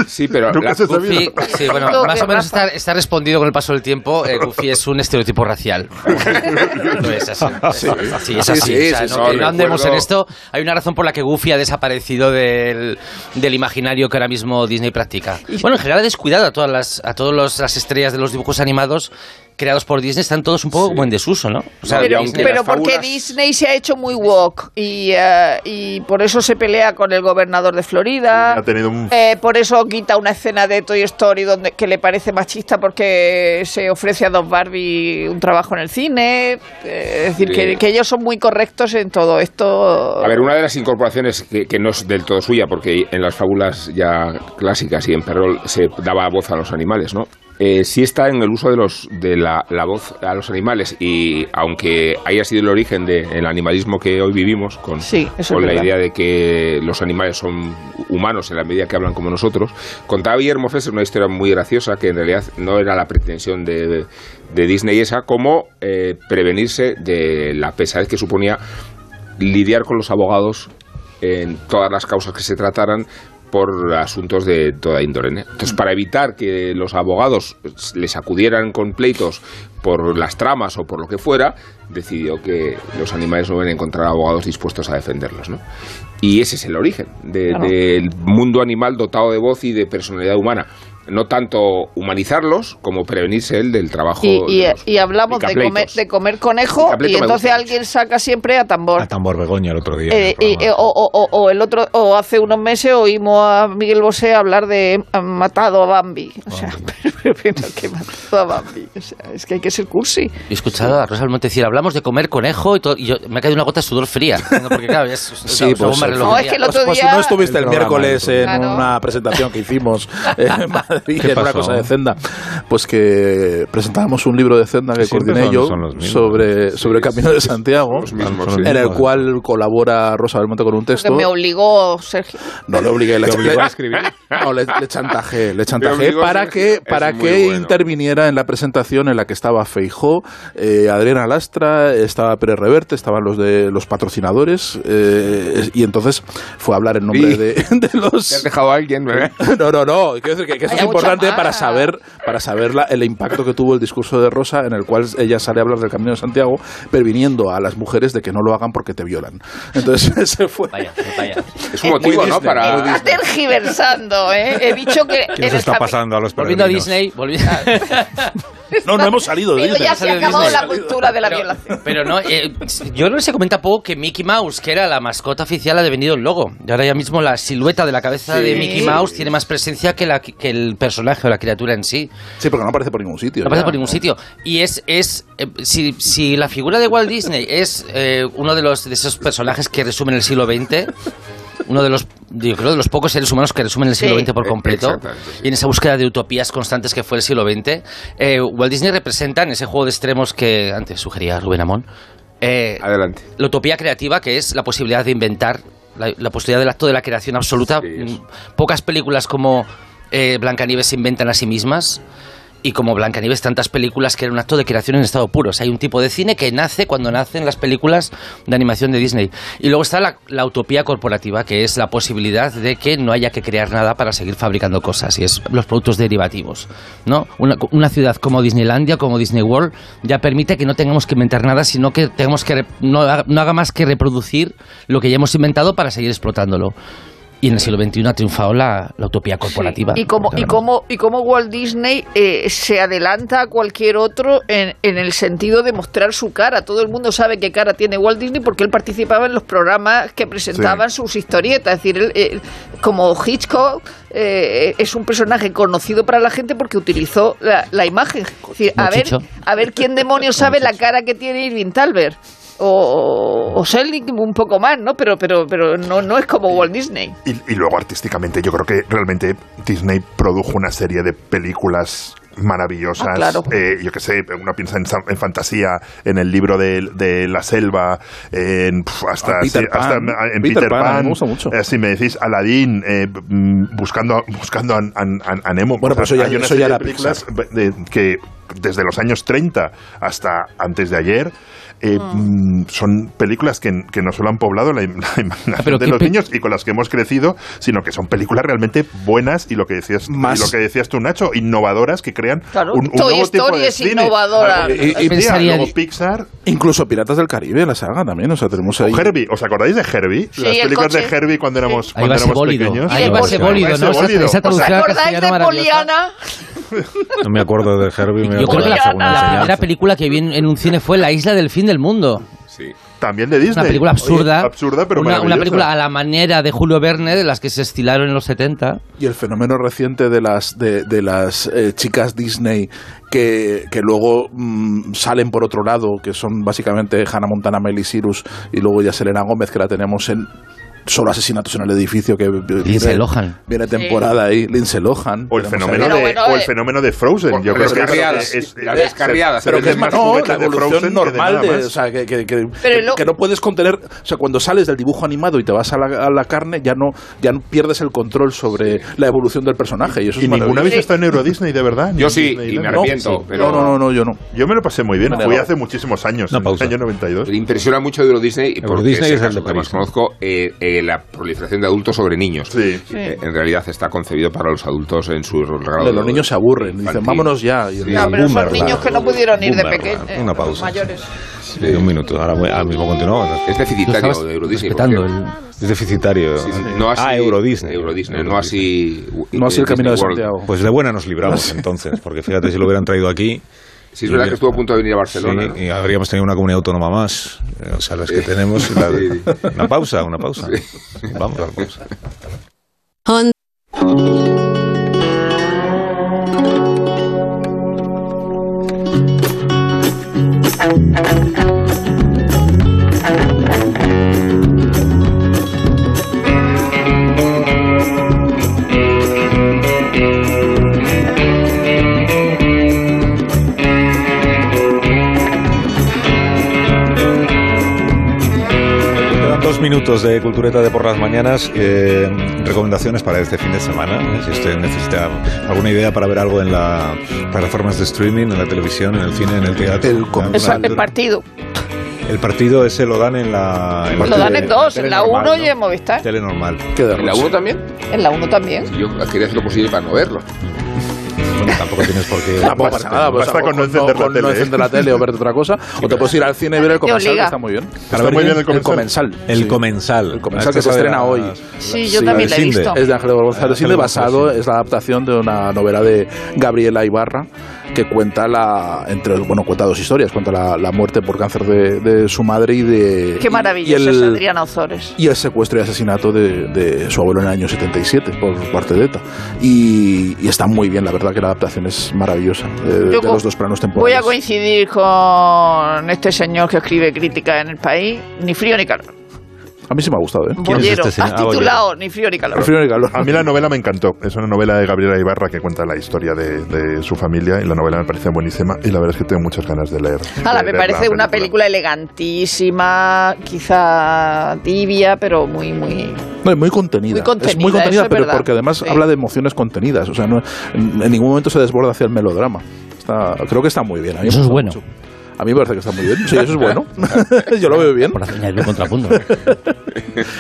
[SPEAKER 5] Sí, pero
[SPEAKER 4] Nunca
[SPEAKER 5] la-
[SPEAKER 4] se sabía.
[SPEAKER 3] Sí, sí, bueno,
[SPEAKER 2] Lo
[SPEAKER 3] más
[SPEAKER 2] que
[SPEAKER 3] o menos
[SPEAKER 2] pasa-
[SPEAKER 3] está, está respondido con el paso del tiempo. eh, Goofy es un estereotipo racial. No es así.
[SPEAKER 6] Ah, Sí.
[SPEAKER 3] Sí, es
[SPEAKER 6] Sí,
[SPEAKER 3] así.
[SPEAKER 6] sí,
[SPEAKER 3] o sea,
[SPEAKER 6] sí,
[SPEAKER 3] no,
[SPEAKER 6] sí,
[SPEAKER 3] no andemos
[SPEAKER 6] recuerdo-
[SPEAKER 3] en esto. Hay una razón por la que Goofy ha desaparecido del, del imaginario que ahora mismo Disney practica. Bueno, en general ha descuidado a todas las, a todos los- las estrellas de los dibujos animados creados por Disney. Están todos un poco como en desuso, ¿no? O sea,
[SPEAKER 2] pero
[SPEAKER 3] Disney-
[SPEAKER 2] pero porque Disney se ha hecho muy woke y, eh, y por eso se pelea con el gobernador de Florida.
[SPEAKER 4] Ha tenido un-
[SPEAKER 2] Eh, por eso quita una escena de Toy Story donde, que le parece machista porque se ofrece a dos Barbie un trabajo en el cine. Eh, es decir,
[SPEAKER 5] Sí.
[SPEAKER 2] que, que ellos son muy correctos en todo esto.
[SPEAKER 5] A ver, una de las incorporaciones que, que no es del todo suya, porque en las fábulas ya clásicas y en Perrol se daba voz a los animales, ¿no? Eh, sí está en el uso de, los, de la, la voz a los animales y aunque haya sido el origen del animalismo que hoy vivimos, con,
[SPEAKER 2] Sí, eso
[SPEAKER 5] con
[SPEAKER 2] es
[SPEAKER 5] la
[SPEAKER 2] verdad.
[SPEAKER 5] idea de que los animales son humanos en la medida que hablan como nosotros, contaba Guillermo Fesser una historia muy graciosa que en realidad no era la pretensión de, de Disney esa, como eh, prevenirse de la pesadez que suponía lidiar con los abogados en todas las causas que se trataran por asuntos de toda índole. ¿no? Entonces, para evitar que los abogados les acudieran con pleitos por las tramas o por lo que fuera, decidió que los animales no iban a encontrar abogados dispuestos a defenderlos. ¿no? Y ese es el origen de-
[SPEAKER 14] Claro.
[SPEAKER 5] del mundo animal dotado de voz y de personalidad humana. No tanto humanizarlos como prevenirse él del trabajo.
[SPEAKER 2] Y, y-
[SPEAKER 5] de los
[SPEAKER 2] y hablamos de
[SPEAKER 5] picapleitos.
[SPEAKER 2] comer, de comer conejo
[SPEAKER 5] Picapleto
[SPEAKER 2] y
[SPEAKER 5] me
[SPEAKER 2] entonces
[SPEAKER 5] gusta
[SPEAKER 2] alguien saca siempre a tambor.
[SPEAKER 1] Ah, Tambor Begoña el otro día.
[SPEAKER 2] Eh, y- eh, o, o- o- o el otro o hace unos meses oímos a Miguel Bosé hablar de eh, han matado a Bambi o sea pero, pero que matado a Bambi o sea, es que hay que ser cursi
[SPEAKER 3] Yo he escuchado a Rosa Almonte decir, hablamos de comer conejo y, todo, y yo, me ha caído una gota de sudor fría. No, Porque claro, es, es-
[SPEAKER 6] Sí,
[SPEAKER 3] es una
[SPEAKER 6] pues,
[SPEAKER 3] bomba
[SPEAKER 6] eh,
[SPEAKER 3] relojería.
[SPEAKER 2] No, es oh, que el otro
[SPEAKER 6] Pues, pues,
[SPEAKER 2] día-
[SPEAKER 6] no estuviste
[SPEAKER 3] El
[SPEAKER 6] el,
[SPEAKER 3] programa,
[SPEAKER 6] miércoles
[SPEAKER 3] el
[SPEAKER 6] en
[SPEAKER 3] programa.
[SPEAKER 6] una presentación que hicimos eh, y
[SPEAKER 1] ¿Qué
[SPEAKER 6] era una
[SPEAKER 1] pasó?
[SPEAKER 6] cosa de Zenda. Pues que presentábamos un libro de Zenda que
[SPEAKER 1] Siempre
[SPEAKER 6] coordiné
[SPEAKER 1] son-
[SPEAKER 6] yo
[SPEAKER 1] son los mismos.
[SPEAKER 6] sobre, sobre Camino de Santiago,
[SPEAKER 1] mismos, sí.
[SPEAKER 6] en el
[SPEAKER 1] Sí.
[SPEAKER 6] cual colabora Rosa Belmonte con un
[SPEAKER 2] Porque
[SPEAKER 6] texto.
[SPEAKER 2] me obligó Sergio.
[SPEAKER 6] No le obligué, le,
[SPEAKER 1] Te obligó a
[SPEAKER 6] escribir. No, le, le chantajeé, le chantajeé
[SPEAKER 1] obligó a
[SPEAKER 6] para
[SPEAKER 1] escribir.
[SPEAKER 6] que, para
[SPEAKER 1] Es muy
[SPEAKER 6] que
[SPEAKER 1] bueno.
[SPEAKER 6] interviniera en la presentación en la que estaba Feijó, eh, Adriana Lastra, estaba Pérez Reverte, estaban los de los patrocinadores, eh, y entonces fue a hablar en nombre
[SPEAKER 5] Sí.
[SPEAKER 6] de, de los.
[SPEAKER 5] ¿Te has dejado a alguien? ¿verdad?
[SPEAKER 6] No, no, no. Quiero decir que, que eso es
[SPEAKER 5] Hay mucho
[SPEAKER 6] importante
[SPEAKER 5] más.
[SPEAKER 6] para saber, para saber la- el impacto que tuvo el discurso de Rosa, en el cual ella sale a hablar del Camino de Santiago, previniendo a las mujeres de que no lo hagan porque te violan. Entonces, ese fue.
[SPEAKER 5] Es un motivo, ¿no? Para.
[SPEAKER 2] Está tergiversando, ¿eh? He dicho que.
[SPEAKER 1] ¿Qué se está pasando a los
[SPEAKER 3] Volviendo a
[SPEAKER 1] peregrinos?
[SPEAKER 3] Disney, volviendo
[SPEAKER 6] No, no hemos salido
[SPEAKER 2] Pero ya se ha acabado la cultura de la
[SPEAKER 3] Pero-
[SPEAKER 2] violación.
[SPEAKER 3] Pero no, eh, yo creo que se comenta poco que Mickey Mouse, que era la mascota oficial, ha devenido el logo. Y ahora ya mismo la silueta de la cabeza
[SPEAKER 6] Sí.
[SPEAKER 3] de Mickey Mouse tiene más presencia que, la- que el personaje o la criatura en sí.
[SPEAKER 6] Sí, porque no aparece por ningún sitio.
[SPEAKER 3] No pasa
[SPEAKER 6] ya.
[SPEAKER 3] por ningún sitio. Y es, es eh, si, si la figura de Walt Disney es eh, uno de, los, de esos personajes que resumen el siglo XX, uno de los, yo creo, de los pocos seres humanos que resumen el siglo
[SPEAKER 5] Sí.
[SPEAKER 3] XX por
[SPEAKER 5] Eh,
[SPEAKER 3] completo,
[SPEAKER 5] exactamente, sí.
[SPEAKER 3] y en esa búsqueda de utopías constantes que fue el siglo XX, eh, Walt Disney representa en ese juego de extremos que antes sugería Rubén Amón, eh,
[SPEAKER 5] Adelante.
[SPEAKER 3] la utopía creativa que es la posibilidad de inventar, la, la posibilidad del acto de la creación absoluta. Mm, Pocas películas como eh, Blancanieves se inventan a sí mismas y como Blancanieves tantas películas que era un acto de creación en estado puro. O sea, hay un tipo de cine que nace cuando nacen las películas de animación de Disney. Y luego está la, la utopía corporativa, que es la posibilidad de que no haya que crear nada para seguir fabricando cosas, y es los productos derivativos. ¿no? Una, una ciudad como Disneylandia, como Disney World, ya permite que no tengamos que inventar nada, sino que, tengamos que re- no, haga, no haga más que reproducir lo que ya hemos inventado para seguir explotándolo. Y en el siglo XXI ha triunfado la, la utopía corporativa.
[SPEAKER 2] Y cómo, y
[SPEAKER 3] Claro.
[SPEAKER 2] cómo, y cómo Walt Disney eh, se adelanta a cualquier otro en, en el sentido de mostrar su cara. Todo el mundo sabe qué cara tiene Walt Disney porque él participaba en los programas que presentaban sus historietas. Es decir, él, él, como Hitchcock eh, es un personaje conocido para la gente porque utilizó la, la imagen. Es decir, a,
[SPEAKER 3] Como
[SPEAKER 2] ver,
[SPEAKER 3] Chicho.
[SPEAKER 2] a ver quién demonios sabe la cara que tiene Irving Talbert. O, o Selling un poco más, ¿no? Pero, pero, pero no, no es como Walt Disney.
[SPEAKER 4] Y, y luego artísticamente, yo creo que realmente Disney produjo una serie de películas maravillosas.
[SPEAKER 2] Ah, claro.
[SPEAKER 4] Eh, yo qué sé, uno piensa en, Sam- en fantasía, en el libro de, de la selva, en pf, hasta,
[SPEAKER 6] Ah, Peter
[SPEAKER 4] sí, hasta
[SPEAKER 6] Pan.
[SPEAKER 4] en
[SPEAKER 6] Peter
[SPEAKER 4] Peter,
[SPEAKER 6] Pan,
[SPEAKER 4] Pan.
[SPEAKER 6] a mí me gusta mucho.
[SPEAKER 4] Eh, si me decís Aladdin, eh, mm, buscando, buscando a, a- a Nemo.
[SPEAKER 6] Bueno, pero eso ya-
[SPEAKER 4] hay una
[SPEAKER 6] eso ya
[SPEAKER 4] serie de
[SPEAKER 6] era
[SPEAKER 4] películas de- que desde los años 30 hasta antes de ayer. eh, mm, son películas que, que nos lo han poblado la, im- la imaginación
[SPEAKER 3] Ah, pero
[SPEAKER 4] de
[SPEAKER 3] qué
[SPEAKER 4] los
[SPEAKER 3] pe-
[SPEAKER 4] niños y con las que hemos crecido, sino que son películas realmente buenas y lo que decías, y
[SPEAKER 6] Más-
[SPEAKER 4] lo que decías tú, Nacho, innovadoras que crean
[SPEAKER 2] Claro,
[SPEAKER 4] un, un
[SPEAKER 2] Toy
[SPEAKER 4] nuevo tipo
[SPEAKER 2] Story
[SPEAKER 4] de
[SPEAKER 2] es
[SPEAKER 4] cine.
[SPEAKER 2] innovadora.
[SPEAKER 4] Ah, y- y- y
[SPEAKER 3] Pensaría-
[SPEAKER 4] luego Pixar
[SPEAKER 6] Incluso Piratas del Caribe, la saga también. O sea, tenemos
[SPEAKER 4] o
[SPEAKER 6] ahí.
[SPEAKER 4] Herbie, ¿os acordáis de Herbie?
[SPEAKER 2] Sí,
[SPEAKER 4] las
[SPEAKER 2] el
[SPEAKER 4] películas de
[SPEAKER 2] coche.
[SPEAKER 4] Herbie cuando éramos,
[SPEAKER 3] Ahí
[SPEAKER 4] cuando
[SPEAKER 3] va ese
[SPEAKER 4] éramos
[SPEAKER 3] bólido.
[SPEAKER 4] pequeños.
[SPEAKER 3] Ahí va ese bólido,
[SPEAKER 4] Ese
[SPEAKER 3] ¿no? Esa-
[SPEAKER 4] bólido.
[SPEAKER 3] Esa
[SPEAKER 4] O sea,
[SPEAKER 3] traducción al
[SPEAKER 2] ¿Acordáis
[SPEAKER 3] castellano
[SPEAKER 2] de
[SPEAKER 3] maravillosa.
[SPEAKER 2] Poliana?
[SPEAKER 1] No me acuerdo de Herbie. me
[SPEAKER 3] Yo creo
[SPEAKER 1] acuerdo
[SPEAKER 3] que
[SPEAKER 1] de
[SPEAKER 3] la,
[SPEAKER 1] la segunda
[SPEAKER 3] la
[SPEAKER 1] enseñanza.
[SPEAKER 3] primera película que vi en, en un cine fue La Isla del Fin del Mundo.
[SPEAKER 5] Sí.
[SPEAKER 4] También de Disney.
[SPEAKER 3] Una película
[SPEAKER 4] Oye,
[SPEAKER 3] absurda.
[SPEAKER 4] absurda, pero
[SPEAKER 3] una, una
[SPEAKER 4] maravillosa.
[SPEAKER 3] película a la manera de Julio Verne, de las que se estilaron en los 70.
[SPEAKER 6] Y el fenómeno reciente de las, de, de las eh, chicas Disney que, que luego mm, salen por otro lado, que son básicamente Hannah Montana, Miley Cyrus y luego ya Selena Gómez, que la tenemos en solo asesinatos en el edificio que
[SPEAKER 3] Lindsay Lohan.
[SPEAKER 6] viene temporada ahí, Lindsay Lohan.
[SPEAKER 4] O el,
[SPEAKER 6] tenemos
[SPEAKER 4] fenómeno
[SPEAKER 6] ahí.
[SPEAKER 4] de,
[SPEAKER 2] bueno,
[SPEAKER 4] o el
[SPEAKER 2] eh.
[SPEAKER 4] fenómeno de Frozen. Yo creo que
[SPEAKER 5] Descarriadas. Las
[SPEAKER 4] se-
[SPEAKER 5] descarriadas.
[SPEAKER 4] se
[SPEAKER 6] pero
[SPEAKER 4] ven
[SPEAKER 6] que es más
[SPEAKER 4] más
[SPEAKER 6] no, la
[SPEAKER 4] juguetes de
[SPEAKER 6] evolución
[SPEAKER 4] Frozen que de
[SPEAKER 6] normal
[SPEAKER 4] nada
[SPEAKER 6] de,
[SPEAKER 4] más.
[SPEAKER 6] o sea, que, que- que-
[SPEAKER 2] Pero lo-
[SPEAKER 6] que no puedes contener o sea cuando sales del dibujo animado y te vas a la, a la carne ya no ya no pierdes el control sobre la evolución del personaje y eso
[SPEAKER 4] Y
[SPEAKER 6] es
[SPEAKER 4] ninguna
[SPEAKER 6] maravilloso.
[SPEAKER 4] habéis estado en Euro Disney, de verdad.
[SPEAKER 5] Yo
[SPEAKER 4] Ni
[SPEAKER 5] sí,
[SPEAKER 4] Disneyland.
[SPEAKER 5] y me
[SPEAKER 4] No,
[SPEAKER 5] arrepiento, pero.
[SPEAKER 6] no, no, no, no, yo no.
[SPEAKER 4] Yo me lo pasé muy bien.
[SPEAKER 6] Vale,
[SPEAKER 4] Fui
[SPEAKER 6] vale.
[SPEAKER 4] hace muchísimos años,
[SPEAKER 1] Una
[SPEAKER 4] en el
[SPEAKER 1] pausa.
[SPEAKER 4] año 92.
[SPEAKER 5] Me impresiona mucho Euro Disney y
[SPEAKER 1] Euro
[SPEAKER 5] por
[SPEAKER 1] Disney es el de
[SPEAKER 5] que más
[SPEAKER 1] París.
[SPEAKER 5] conozco eh, eh, la proliferación de adultos sobre niños.
[SPEAKER 4] Sí.
[SPEAKER 5] Eh, en realidad está concebido para los adultos en su grado.
[SPEAKER 6] Los niños se aburren, dicen,
[SPEAKER 5] infantil.
[SPEAKER 6] vámonos ya. Y el-
[SPEAKER 2] No, pero
[SPEAKER 1] Boomer,
[SPEAKER 2] son niños
[SPEAKER 1] la-
[SPEAKER 2] que no pudieron ir de
[SPEAKER 1] Boomer,
[SPEAKER 2] pequeños. eh,
[SPEAKER 1] la- una pausa.
[SPEAKER 2] Mayores.
[SPEAKER 1] Sí, un minuto. Ahora, voy- ahora mismo continuamos.
[SPEAKER 5] Es
[SPEAKER 3] Tú estabas
[SPEAKER 5] deficitario de Euro Disney. por
[SPEAKER 3] respetando
[SPEAKER 5] cierto.
[SPEAKER 3] el-
[SPEAKER 1] Es deficitario.
[SPEAKER 5] Sí, sí, no así,
[SPEAKER 1] ah, Euro Disney.
[SPEAKER 5] Euro Disney,
[SPEAKER 1] Euro
[SPEAKER 5] no
[SPEAKER 1] Disney.
[SPEAKER 5] así.
[SPEAKER 6] No así el
[SPEAKER 5] Disney
[SPEAKER 6] camino de
[SPEAKER 5] World.
[SPEAKER 6] Santiago.
[SPEAKER 1] Pues de buena nos libramos entonces, porque fíjate si lo hubieran traído aquí.
[SPEAKER 5] Sí, es verdad
[SPEAKER 1] Y-
[SPEAKER 5] que estuvo a punto de venir a Barcelona.
[SPEAKER 1] Sí, y habríamos tenido una comunidad autónoma más. Eh, O sea, las que tenemos. la-
[SPEAKER 5] Sí.
[SPEAKER 1] Una pausa, una pausa. Vamos a la pausa.
[SPEAKER 7] On-
[SPEAKER 1] dos minutos de Cultureta de por las mañanas. eh, recomendaciones para este fin de semana. eh, Si usted necesita alguna idea para ver algo en las plataformas de streaming, en la televisión, en el cine, en el teatro. alguna
[SPEAKER 2] Eso, el
[SPEAKER 1] altura.
[SPEAKER 2] partido.
[SPEAKER 1] el partido ese lo dan en la. en la
[SPEAKER 2] Lo dan
[SPEAKER 1] tele-
[SPEAKER 2] en dos, en la
[SPEAKER 1] telenormal,
[SPEAKER 2] 1
[SPEAKER 1] ¿no?
[SPEAKER 2] y en Movistar.
[SPEAKER 1] Tele normal.
[SPEAKER 5] ¿En la 1 también?
[SPEAKER 2] En la 1 también.
[SPEAKER 5] Yo quería hacer lo posible para no verlo.
[SPEAKER 1] Bueno, tampoco tienes por qué.
[SPEAKER 6] Tampoco pasa nada, pues,
[SPEAKER 5] Basta
[SPEAKER 6] o-
[SPEAKER 5] con no encender la
[SPEAKER 6] con no
[SPEAKER 5] tele, ¿eh?
[SPEAKER 6] encender la tele o ver otra cosa. O te puedes ir al cine y ver el comensal, que está muy bien.
[SPEAKER 1] Para
[SPEAKER 6] Está
[SPEAKER 1] ver
[SPEAKER 6] muy
[SPEAKER 1] quién-
[SPEAKER 6] bien el comensal.
[SPEAKER 1] El
[SPEAKER 6] sí.
[SPEAKER 1] comensal. Ah,
[SPEAKER 6] El comensal que se estrena hoy.
[SPEAKER 2] Sí, yo también la he visto.
[SPEAKER 6] Es de Ángel González Sinde, basado, es la adaptación de una novela de Gabriela Ibarra que cuenta la entre bueno cuenta dos historias cuenta la, la muerte por cáncer de, de su madre y de y-
[SPEAKER 2] Qué
[SPEAKER 6] y
[SPEAKER 2] maravilloso
[SPEAKER 6] el-
[SPEAKER 2] es Adriana Ozores.
[SPEAKER 6] y el secuestro y asesinato de, de su abuelo en el año 77 por parte de ETA. Y, y está muy bien, la verdad que la adaptación es maravillosa de, de
[SPEAKER 2] Yo co-
[SPEAKER 6] los dos planos
[SPEAKER 2] Voy a
[SPEAKER 6] temporales.
[SPEAKER 2] coincidir con este señor que escribe críticas en el país. Ni frío ni calor.
[SPEAKER 6] A mí sí me ha gustado, ¿eh?
[SPEAKER 2] Bollero. Has titulado Ni frío ni calor.
[SPEAKER 4] A mí la novela me encantó. Es una novela de Gabriela Ibarra que cuenta la historia de, de su familia y la novela me parece buenísima y la verdad es que tengo muchas ganas de leer.
[SPEAKER 2] Ala,
[SPEAKER 4] de
[SPEAKER 2] me
[SPEAKER 4] leerla,
[SPEAKER 2] parece una película elegantísima, quizá tibia, pero muy, muy.
[SPEAKER 6] No, es muy contenida.
[SPEAKER 2] Muy contenida,
[SPEAKER 6] es muy
[SPEAKER 2] eso
[SPEAKER 6] contenida,
[SPEAKER 2] es
[SPEAKER 6] pero
[SPEAKER 2] verdad.
[SPEAKER 6] porque además
[SPEAKER 2] Sí.
[SPEAKER 6] habla de emociones contenidas. O sea, no, en en ningún momento se desborda hacia el melodrama. Está- creo que está muy bien. A mí
[SPEAKER 14] Eso
[SPEAKER 6] me
[SPEAKER 14] es
[SPEAKER 6] gusta
[SPEAKER 14] bueno.
[SPEAKER 6] mucho. A mí me parece que está muy bien. Sí, eso es bueno. Yo lo veo bien.
[SPEAKER 14] añadirle contrapunto.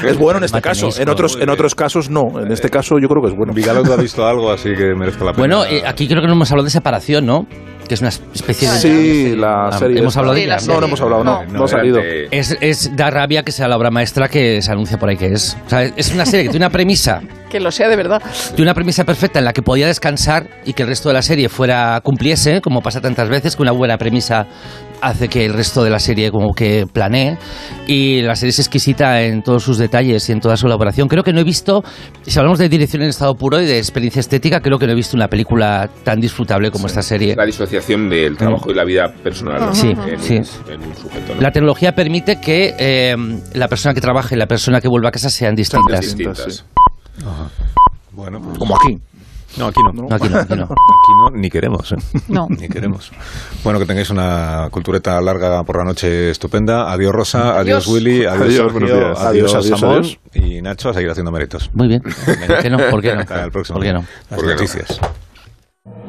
[SPEAKER 6] Es bueno en este caso. En otros, en otros casos no. En este caso yo creo que es bueno.
[SPEAKER 1] Vigalo, tú has visto algo, así que merezca la pena.
[SPEAKER 3] Bueno, eh, aquí creo que no hemos hablado de separación, ¿no? Que es una especie de.
[SPEAKER 6] Sí, la
[SPEAKER 3] Ah,
[SPEAKER 6] serie.
[SPEAKER 3] ¿Hemos
[SPEAKER 6] esta.
[SPEAKER 3] hablado de ella?
[SPEAKER 6] No, no hemos hablado, no. No, ha salido.
[SPEAKER 3] Es, es- da rabia que sea la obra maestra que se anuncia por ahí que es. O sea, es una serie que tiene una premisa,
[SPEAKER 2] Que lo sea de verdad.
[SPEAKER 3] tiene una premisa perfecta en la que podía descansar y que el resto de la serie fuera cumpliese, como pasa tantas veces que una buena premisa hace que el resto de la serie como que planee y la serie es exquisita en todos sus detalles y en toda su elaboración. Creo que no he visto, si hablamos de dirección en estado puro y de experiencia estética, creo que no he visto una película tan disfrutable como esta serie.
[SPEAKER 5] La disociación del trabajo y la vida personal. ¿no?
[SPEAKER 3] Sí,
[SPEAKER 5] En un-
[SPEAKER 3] sí.
[SPEAKER 5] en un sujeto, ¿no?
[SPEAKER 3] La tecnología permite que eh, la persona que trabaje y la persona que vuelva a casa sean distintas.
[SPEAKER 5] distintas.
[SPEAKER 1] Bueno,
[SPEAKER 6] Como aquí.
[SPEAKER 1] No, aquí no.
[SPEAKER 3] No, aquí no, aquí no.
[SPEAKER 1] Aquí no, ni queremos. ¿eh?
[SPEAKER 2] No.
[SPEAKER 1] Ni queremos. Bueno, que tengáis una cultureta larga por la noche estupenda. Adiós, Rosa. Adiós,
[SPEAKER 2] Adiós.
[SPEAKER 1] Willy. Adiós,
[SPEAKER 4] Adiós,
[SPEAKER 1] Sergio,
[SPEAKER 4] buenos días.
[SPEAKER 1] Adiós,
[SPEAKER 4] Adiós, adiós,
[SPEAKER 1] Samuel.
[SPEAKER 4] adiós.
[SPEAKER 1] Y Nacho, a seguir haciendo méritos.
[SPEAKER 3] Muy bien.
[SPEAKER 1] Venga.
[SPEAKER 3] ¿Por qué no? ¿Por qué no?
[SPEAKER 1] Hasta el próximo.
[SPEAKER 3] ¿Por qué no?
[SPEAKER 1] Las noticias.